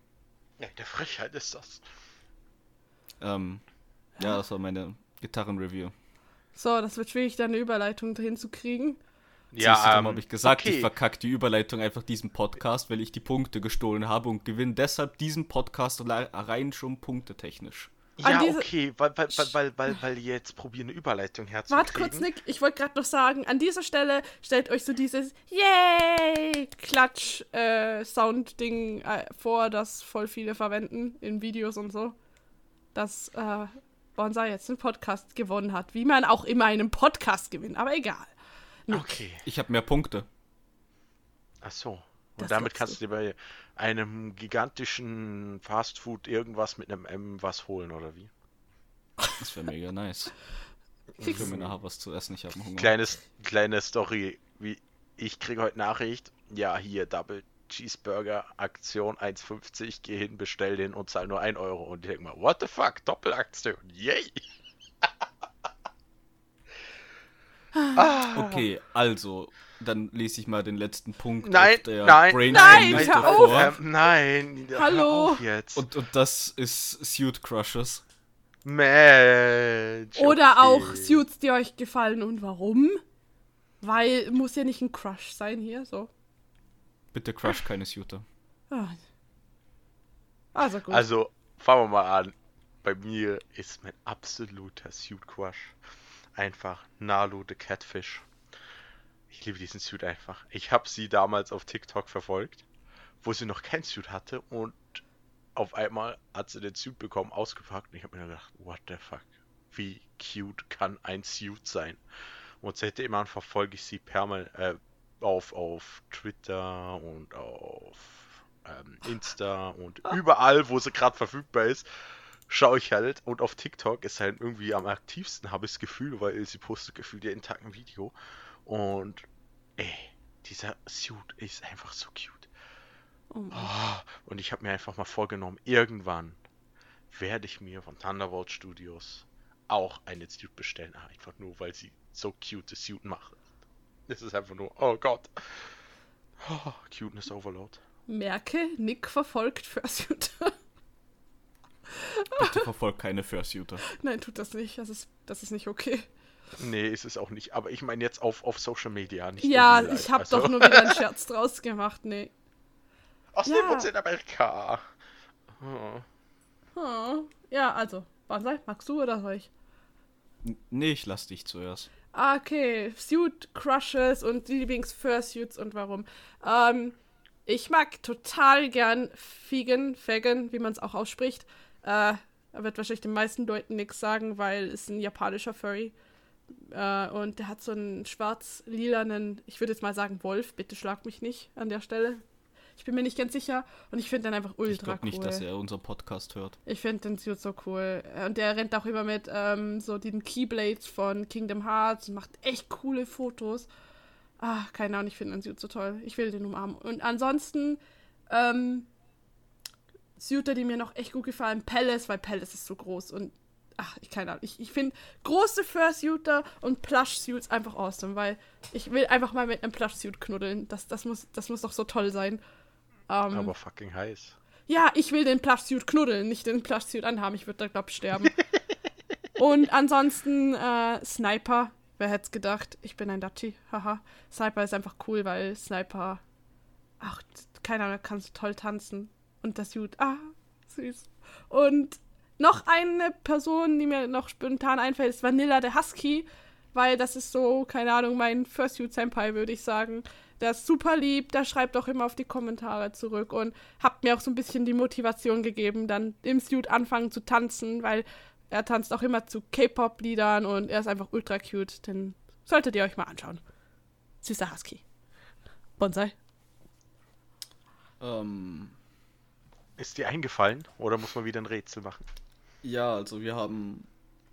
Ja, der Frechheit ist das.
Ähm, ja, das war meine Gitarrenreview.
So, das wird schwierig, da eine Überleitung hinzukriegen.
Siehst du, darum habe ich gesagt, ich
ähm, okay.
verkacke die Überleitung einfach diesem Podcast, weil ich die Punkte gestohlen habe und gewinne deshalb diesen Podcast alle- rein schon punktetechnisch.
An
Ja,
diese-
okay, weil, weil, weil, weil, weil, weil jetzt probieren eine Überleitung herzukriegen.
Warte kurz, Nick, ich wollte gerade noch sagen, an dieser Stelle stellt euch so dieses Yay-Klatsch-Sound-Ding äh, vor, das voll viele verwenden in Videos und so. Dass äh, Bonsai jetzt einen Podcast gewonnen hat. Wie man auch immer einen Podcast gewinnt, aber egal.
Okay.
Ich habe mehr Punkte.
Ach so. Und
Das
damit
glaubst
kannst du dir bei einem gigantischen Fastfood irgendwas mit einem M was holen, oder wie?
Das wäre mega nice. Ich will mir nachher was zu essen, ich habe Hunger.
Kleines, kleine Story. Wie, ich kriege heute Nachricht. Ja, hier, Double Cheeseburger Aktion 1,50. Geh hin, bestell den und zahl nur 1 Euro. Und ich denke mal, what the fuck? Doppelaktion. Yay.
Ah.
Okay, also, dann lese ich mal den letzten Punkt
Nein,
auf der
nein,
Nein,
Brainstorm-Liste
hör auf!
vor.
Ähm, nein. hör
Hallo.
auf jetzt.
Und, und das ist Suit Crushes.
Mensch.
Oder
okay.
auch Suits, die euch gefallen und warum? Weil muss ja nicht ein Crush sein hier, so.
Bitte crush keine Suiter.
Ah. Also gut.
Also, fangen wir mal an. Bei mir ist mein absoluter Suit Crush einfach Nalu the Catfish. Ich liebe diesen Suit einfach. Ich habe sie damals auf TikTok verfolgt, wo sie noch kein Suit hatte und auf einmal hat sie den Suit bekommen, ausgepackt und ich habe mir nur gedacht, what the fuck? Wie cute kann ein Suit sein? Und seitdem verfolge ich sie permanent äh, auf, auf Twitter und auf ähm, Insta und überall, wo sie gerade verfügbar ist, schaue ich halt. Und auf TikTok ist halt irgendwie am aktivsten, habe ich das Gefühl, weil sie postet gefühlt jeden Tag ein Video. Und ey, dieser Suit ist einfach so cute.
Oh Mann.
Ah, und ich habe mir einfach mal vorgenommen, irgendwann werde ich mir von Thunderbolt Studios auch eine Suit bestellen. Ah, Einfach nur, weil sie so cute Suit macht. Es ist einfach nur, oh Gott. Oh, Cuteness Overload.
Merke, Nick verfolgt Fursuiter.
Bitte verfolgt keine Fursuiter.
Nein, tut das nicht. Das ist, das ist nicht okay.
Nee, ist es auch nicht. Aber ich meine jetzt auf, auf Social Media. Nicht
Ja,
in real life.
ich habe
Also,
doch nur wieder einen Scherz draus gemacht. Nee.
Aus
Ja.
dem Wurz in Amerika. Oh.
Hm. Ja, also, Banzai, magst du oder soll ich?
N- Nee, ich lass dich zuerst.
Ah, okay. Suit Crushes und Lieblings-Fursuits und warum. Ähm, ich mag total gern Fegen, Fegen, wie man es auch ausspricht. Äh, er wird wahrscheinlich den meisten Leuten nichts sagen, weil es ein japanischer Furry. Äh, und der hat so einen schwarz-lilanen, ich würde jetzt mal sagen Wolf, bitte schlag mich nicht an der Stelle. Ich bin mir nicht ganz sicher und ich finde den einfach ultra
Ich glaube nicht,
cool.
dass er unseren Podcast hört.
Ich finde den Suit so cool. Und der rennt auch immer mit ähm, so den Keyblades von Kingdom Hearts und macht echt coole Fotos. Ah, keine Ahnung, ich finde den Suit so toll. Ich will den umarmen. Und ansonsten, ähm, Suiter, die mir noch echt gut gefallen. Palace, weil Palace ist so groß und ach, ich keine Ahnung. Ich, ich finde große Fursuiter und Plush-Suits einfach awesome, weil ich will einfach mal mit einem Plush-Suit knuddeln. Das, das, muss, das muss doch so toll sein. Ähm,
Aber fucking heiß.
ja, ich will den Plushsuit knuddeln, nicht den Plushsuit anhaben. Ich würde da, glaub, sterben. Und ansonsten äh, Sniper. Wer hätte es gedacht? Ich bin ein Dutty. Haha. Sniper ist einfach cool, weil Sniper. Ach, keine Ahnung, kann so toll tanzen. Und das Suit. Ah, süß. Und noch eine Person, die mir noch spontan einfällt, ist Vanilla der Husky. Weil das ist so, keine Ahnung, mein Fursuit Senpai, würde ich sagen. Der ist super lieb, der schreibt auch immer auf die Kommentare zurück und hat mir auch so ein bisschen die Motivation gegeben, dann im Suit anfangen zu tanzen, weil er tanzt auch immer zu K-Pop-Liedern und er ist einfach ultra cute. Den solltet ihr euch mal anschauen. Süßer Husky. Bonsai.
Ähm,
Ist dir eingefallen oder muss man wieder ein Rätsel machen?
ja, also wir haben,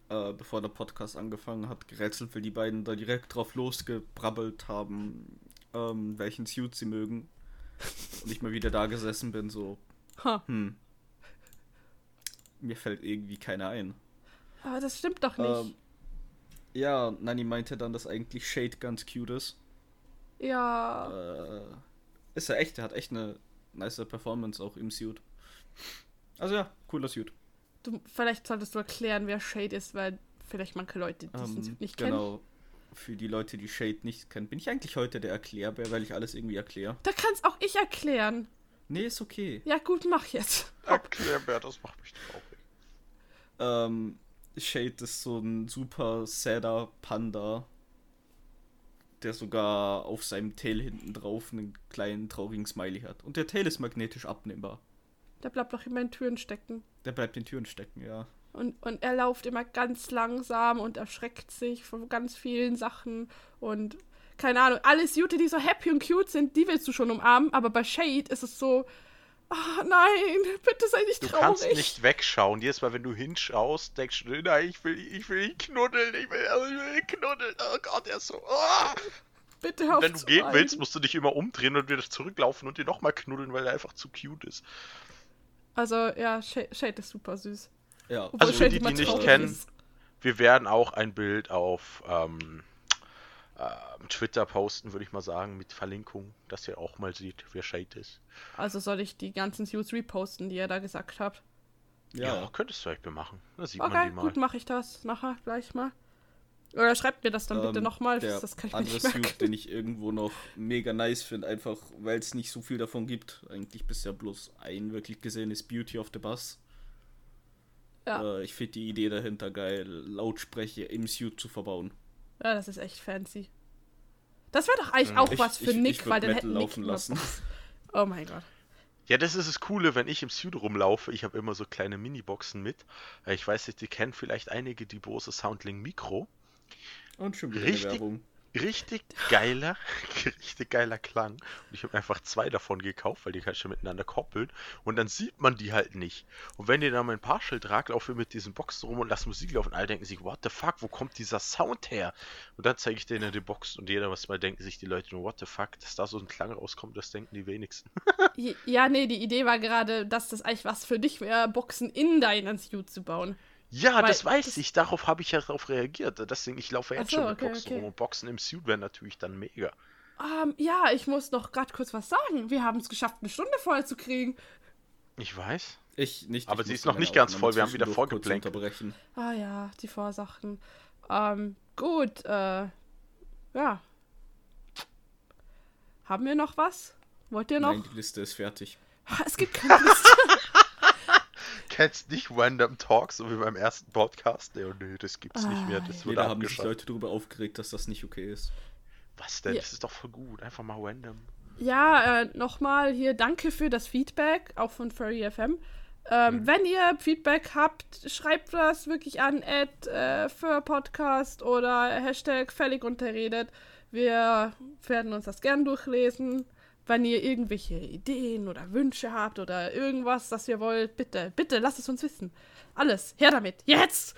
äh, bevor der Podcast angefangen hat, gerätselt, weil die beiden da direkt drauf losgebrabbelt haben, ähm, welchen Suit sie mögen. Und ich mal wieder da gesessen bin, so,
Ha.
hm. Mir fällt irgendwie keiner ein.
Aber das stimmt doch
Ähm,
nicht.
ja, Nani meinte dann, dass eigentlich Shade ganz cute ist.
ja.
Äh, ist er echt, er hat echt eine nice Performance auch im Suit. Also ja, cooler Suit.
Du, vielleicht solltest du erklären, wer Shade ist, weil vielleicht manche Leute diesen
Ähm,
Suit nicht kennen.
genau. Für die Leute, die Shade nicht kennen, bin ich eigentlich heute der Erklärbär, weil ich alles irgendwie erkläre.
Da kann's auch ich erklären.
Nee, ist okay.
Ja, gut, mach jetzt.
Erklärbär, das macht mich traurig.
Ähm, Shade ist so ein super sadder Panda, der sogar auf seinem Tail hinten drauf einen kleinen traurigen Smiley hat. Und der Tail ist magnetisch abnehmbar.
Der bleibt doch immer in Türen stecken.
Der bleibt in Türen stecken, ja.
Und, und er läuft immer ganz langsam und erschreckt sich von ganz vielen Sachen. Und keine Ahnung, alle Suite, die so happy und cute sind, die willst du schon umarmen. Aber bei Shade ist es so, ah nein, bitte sei nicht
Du
traurig.
kannst nicht wegschauen. Jedes Mal, wenn du hinschaust, denkst du, nein, ich will, ich will ihn knuddeln, ich will, ich will ihn knuddeln. Oh Gott, er ist so. ah!
bitte hör auf
Wenn du
zu
gehen
weinen.
willst, musst du dich immer umdrehen und wieder zurücklaufen und ihn nochmal knuddeln, weil er einfach zu cute ist.
Also ja, Shade, Shade ist super süß.
Ja,
Obwohl
Also für
Shade
die, die
immer
nicht
traurig
kennen,
ist.
Wir werden auch ein Bild auf ähm, ähm, Twitter posten, würde ich mal sagen, mit Verlinkung, dass ihr auch mal seht, wer Shade ist.
Also soll ich die ganzen Suits reposten, die ihr da gesagt habt.
Ja,
ja.
könntest du vielleicht mal machen. Da sieht man
Okay,
die mal.
gut, mache ich das nachher gleich mal. Oder schreibt mir das dann bitte
Ähm,
nochmal,
der
das kann ich mir
andere
nicht merken.
Suit, den ich irgendwo noch mega nice finde, einfach weil es nicht so viel davon gibt. Eigentlich bisher bloß ein wirklich gesehen ist Beauty of the Bus.
Ja.
Äh, ich finde die Idee dahinter geil, Lautsprecher im Suit zu verbauen.
Ja, das ist echt fancy. Das wäre doch eigentlich auch
Hm, Ich-
was für
ich-
Nick,
ich würd
weil dann
Metal
hätten Nick
laufen
immer
lassen.
Spaß. Oh mein Gott.
Ja, das ist das Coole, wenn ich im Süd rumlaufe. Ich habe immer so kleine Miniboxen mit. Äh, Ich weiß nicht, die kennen vielleicht einige die Bose Soundling Mikro.
Und schon wieder
Richtig-
eine Werbung.
Richtig geiler, richtig geiler Klang. Und ich habe einfach zwei davon gekauft, weil die kannst du miteinander koppeln. Und dann sieht man die halt nicht. Und wenn ihr dann mal ein Partial tragt, laufen wir mit diesen Boxen rum und lassen Musik laufen. Alle denken sich, what the fuck, wo kommt dieser Sound her? Und dann zeige ich denen die Boxen und jeder was mal denken sich die Leute nur, what the fuck, dass da so ein Klang rauskommt, das denken die wenigsten.
Ja, nee, die Idee war gerade, dass das eigentlich was für dich wäre, Boxen in deinen Suit zu bauen.
Ja,
Weil
das weiß
das-
ich. Darauf habe ich ja darauf reagiert. Deswegen, ich laufe
Ach
jetzt
so,
schon mit
okay,
Boxen
okay.
rum. Und Boxen im Suit wäre natürlich dann mega.
Ähm, ja, ich muss noch gerade kurz was sagen. Wir haben es geschafft, eine Stunde voll zu kriegen.
Ich weiß.
Ich nicht.
Aber
ich
sie
muss
ist noch
meine
nicht ganz
Aufnahme
voll, wir haben wieder
zwischendurch kurz
vorgeblenkt.
unterbrechen.
Ah ja, die Vorsachen. Ähm, gut, äh, ja. Haben wir noch was? Wollt ihr noch?
Nein, die Liste ist fertig.
Es gibt keine Liste.
Kennst nicht Random Talk, so wie beim ersten Podcast? Nee, oh, nee das gibt's
Ah,
nicht mehr. Das
Nee,
wurde
da haben sich
abgeschafft.
Leute darüber aufgeregt, dass das nicht okay ist.
Was denn?
Ja.
Das ist doch voll gut. Einfach mal random.
Ja, äh, nochmal hier danke für das Feedback, auch von Furry FM. Ähm, Wenn ihr Feedback habt, schreibt das wirklich an at, äh, für Podcast oder Hashtag fällig unterredet. Wir werden uns das gern durchlesen. Wenn ihr irgendwelche Ideen oder Wünsche habt oder irgendwas, das ihr wollt, bitte, bitte lasst es uns wissen. Alles, her damit, jetzt!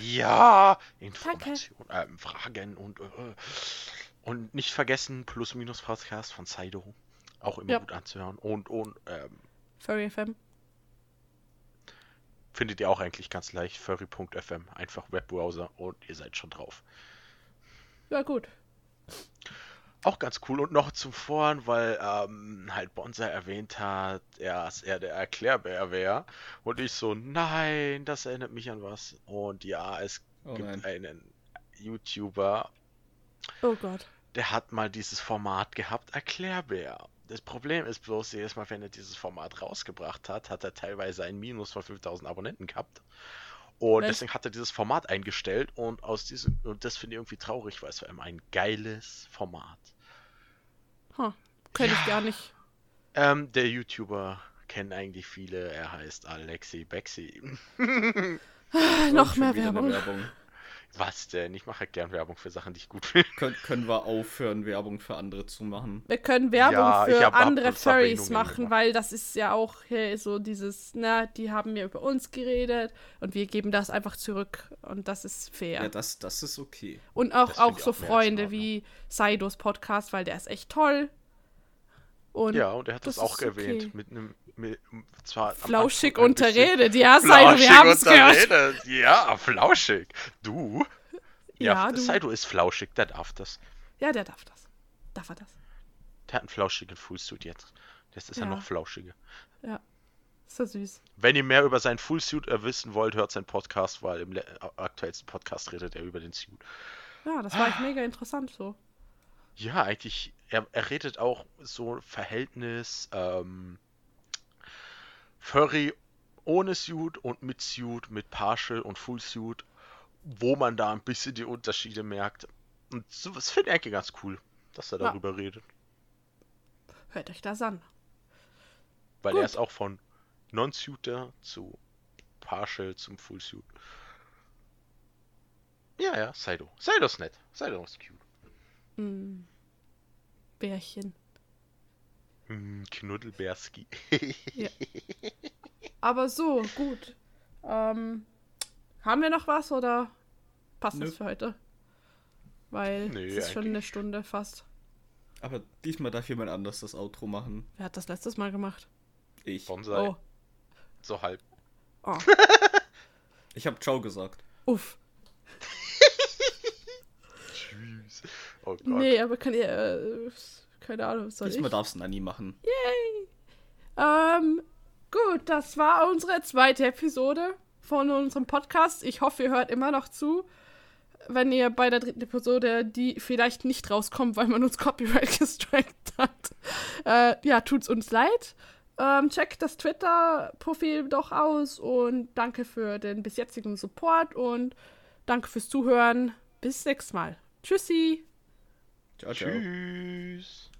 Ja! Informationen, ähm, Fragen und. Äh, und nicht vergessen, Plus-Minus-Podcast von Saido. Auch immer
Ja.
gut anzuhören. Und, und ähm,
Furry FM.
findet ihr auch eigentlich ganz leicht. Furry.fm. Einfach Webbrowser und ihr seid schon drauf.
Ja, gut.
Auch ganz cool. Und noch zum Voran, weil ähm, halt Bonser erwähnt hat, ja, dass er der Erklärbär wäre. Und ich so, nein, das erinnert mich an was. Und ja, es
Oh
gibt
nein.
einen YouTuber,
Oh Gott.
der hat mal dieses Format gehabt, Erklärbär. Das Problem ist bloß, jedes Mal, wenn er dieses Format rausgebracht hat, hat er teilweise ein Minus von 5000 Abonnenten gehabt. Und
Mensch.
deswegen hat er dieses Format eingestellt und aus diesem, und das finde ich irgendwie traurig, weil es war immer ein geiles Format.
Huh. Könnte ich gar nicht.
Ähm, der YouTuber kennen eigentlich viele, er heißt Alexi Bexi.
Äh, Noch
Schon
mehr
wieder eine
Werbung.
Werbung.
Was denn? Ich mache gern Werbung für Sachen, die ich gut finde.
Kön können wir aufhören, Werbung für andere zu machen?
Wir können Werbung
Ja, ich
für
hab
andere
Abschlussverwendungen
Furries machen,
gemacht.
weil das ist ja auch hey, so dieses, na, die haben ja über uns geredet und wir geben das einfach zurück und das ist fair.
Ja, das, das ist okay.
und auch,
das
auch
find ich
so
auch mehr als in
Freunde
Ordnung.
wie Saidos Podcast, weil der ist echt toll. Und
Ja, und er hat das,
das
auch
ist okay.
erwähnt. Mit einem. Mit, zwar am
flauschig
Anfang ein bisschen-
unterredet, ja, Saido, wir haben es gehört.
unterredet. Ja, flauschig. Du? Ja,
Ja, du.
Saido ist flauschig, der darf das.
Ja, der darf das. Darf er das?
Der hat einen flauschigen Fullsuit jetzt. Das ist ja,
Ja.
noch flauschiger.
Ja. Ist ja süß.
Wenn ihr mehr über seinen Fullsuit äh, wissen wollt, hört seinen Podcast, weil im le- äh, aktuellsten Podcast redet er über den Suit.
Ja, das war
Ah.
echt mega interessant so.
Ja, eigentlich, er, er redet auch so Verhältnis ähm, Furry ohne Suit und mit Suit, mit Partial und Full Suit, wo man da ein bisschen die Unterschiede merkt. Und so, das finde ich eigentlich ganz cool, dass er
Ja.
darüber redet.
Hört euch das an.
Weil
Gut.
er ist auch von Non-Suiter zu Partial zum Full Suit. Ja, ja, Saido. Saido ist nett. Saido ist cute.
Hm. Bärchen.
Hm, Knuddelberski.
Aber so, gut. Ähm, haben wir noch was oder passt
Nö.
das für heute? Weil
Nö,
es ist schon
eigentlich.
eine Stunde fast.
Aber diesmal darf jemand anders das Outro machen.
Wer hat das letztes Mal gemacht?
Ich.
Bonsai.
Oh.
So halb.
oh.
Ich habe Ciao gesagt.
Uff.
Tschüss. Oh Gott.
Nee, aber kann ihr. Äh, keine Ahnung, soll ich?
Diesmal darf's Nanni machen.
Ähm, gut, das war unsere zweite Episode von unserem Podcast. Ich hoffe, ihr hört immer noch zu. Wenn ihr bei der dritten Episode, die vielleicht nicht rauskommt, weil man uns Copyright gestrikt hat, äh, ja, tut's uns leid. Ähm, checkt das Twitter-Profil doch aus und danke für den bis jetzigen Support und danke fürs Zuhören. Bis nächstes Mal. Tschüssi.
Ciao, ciao.
Tschüss.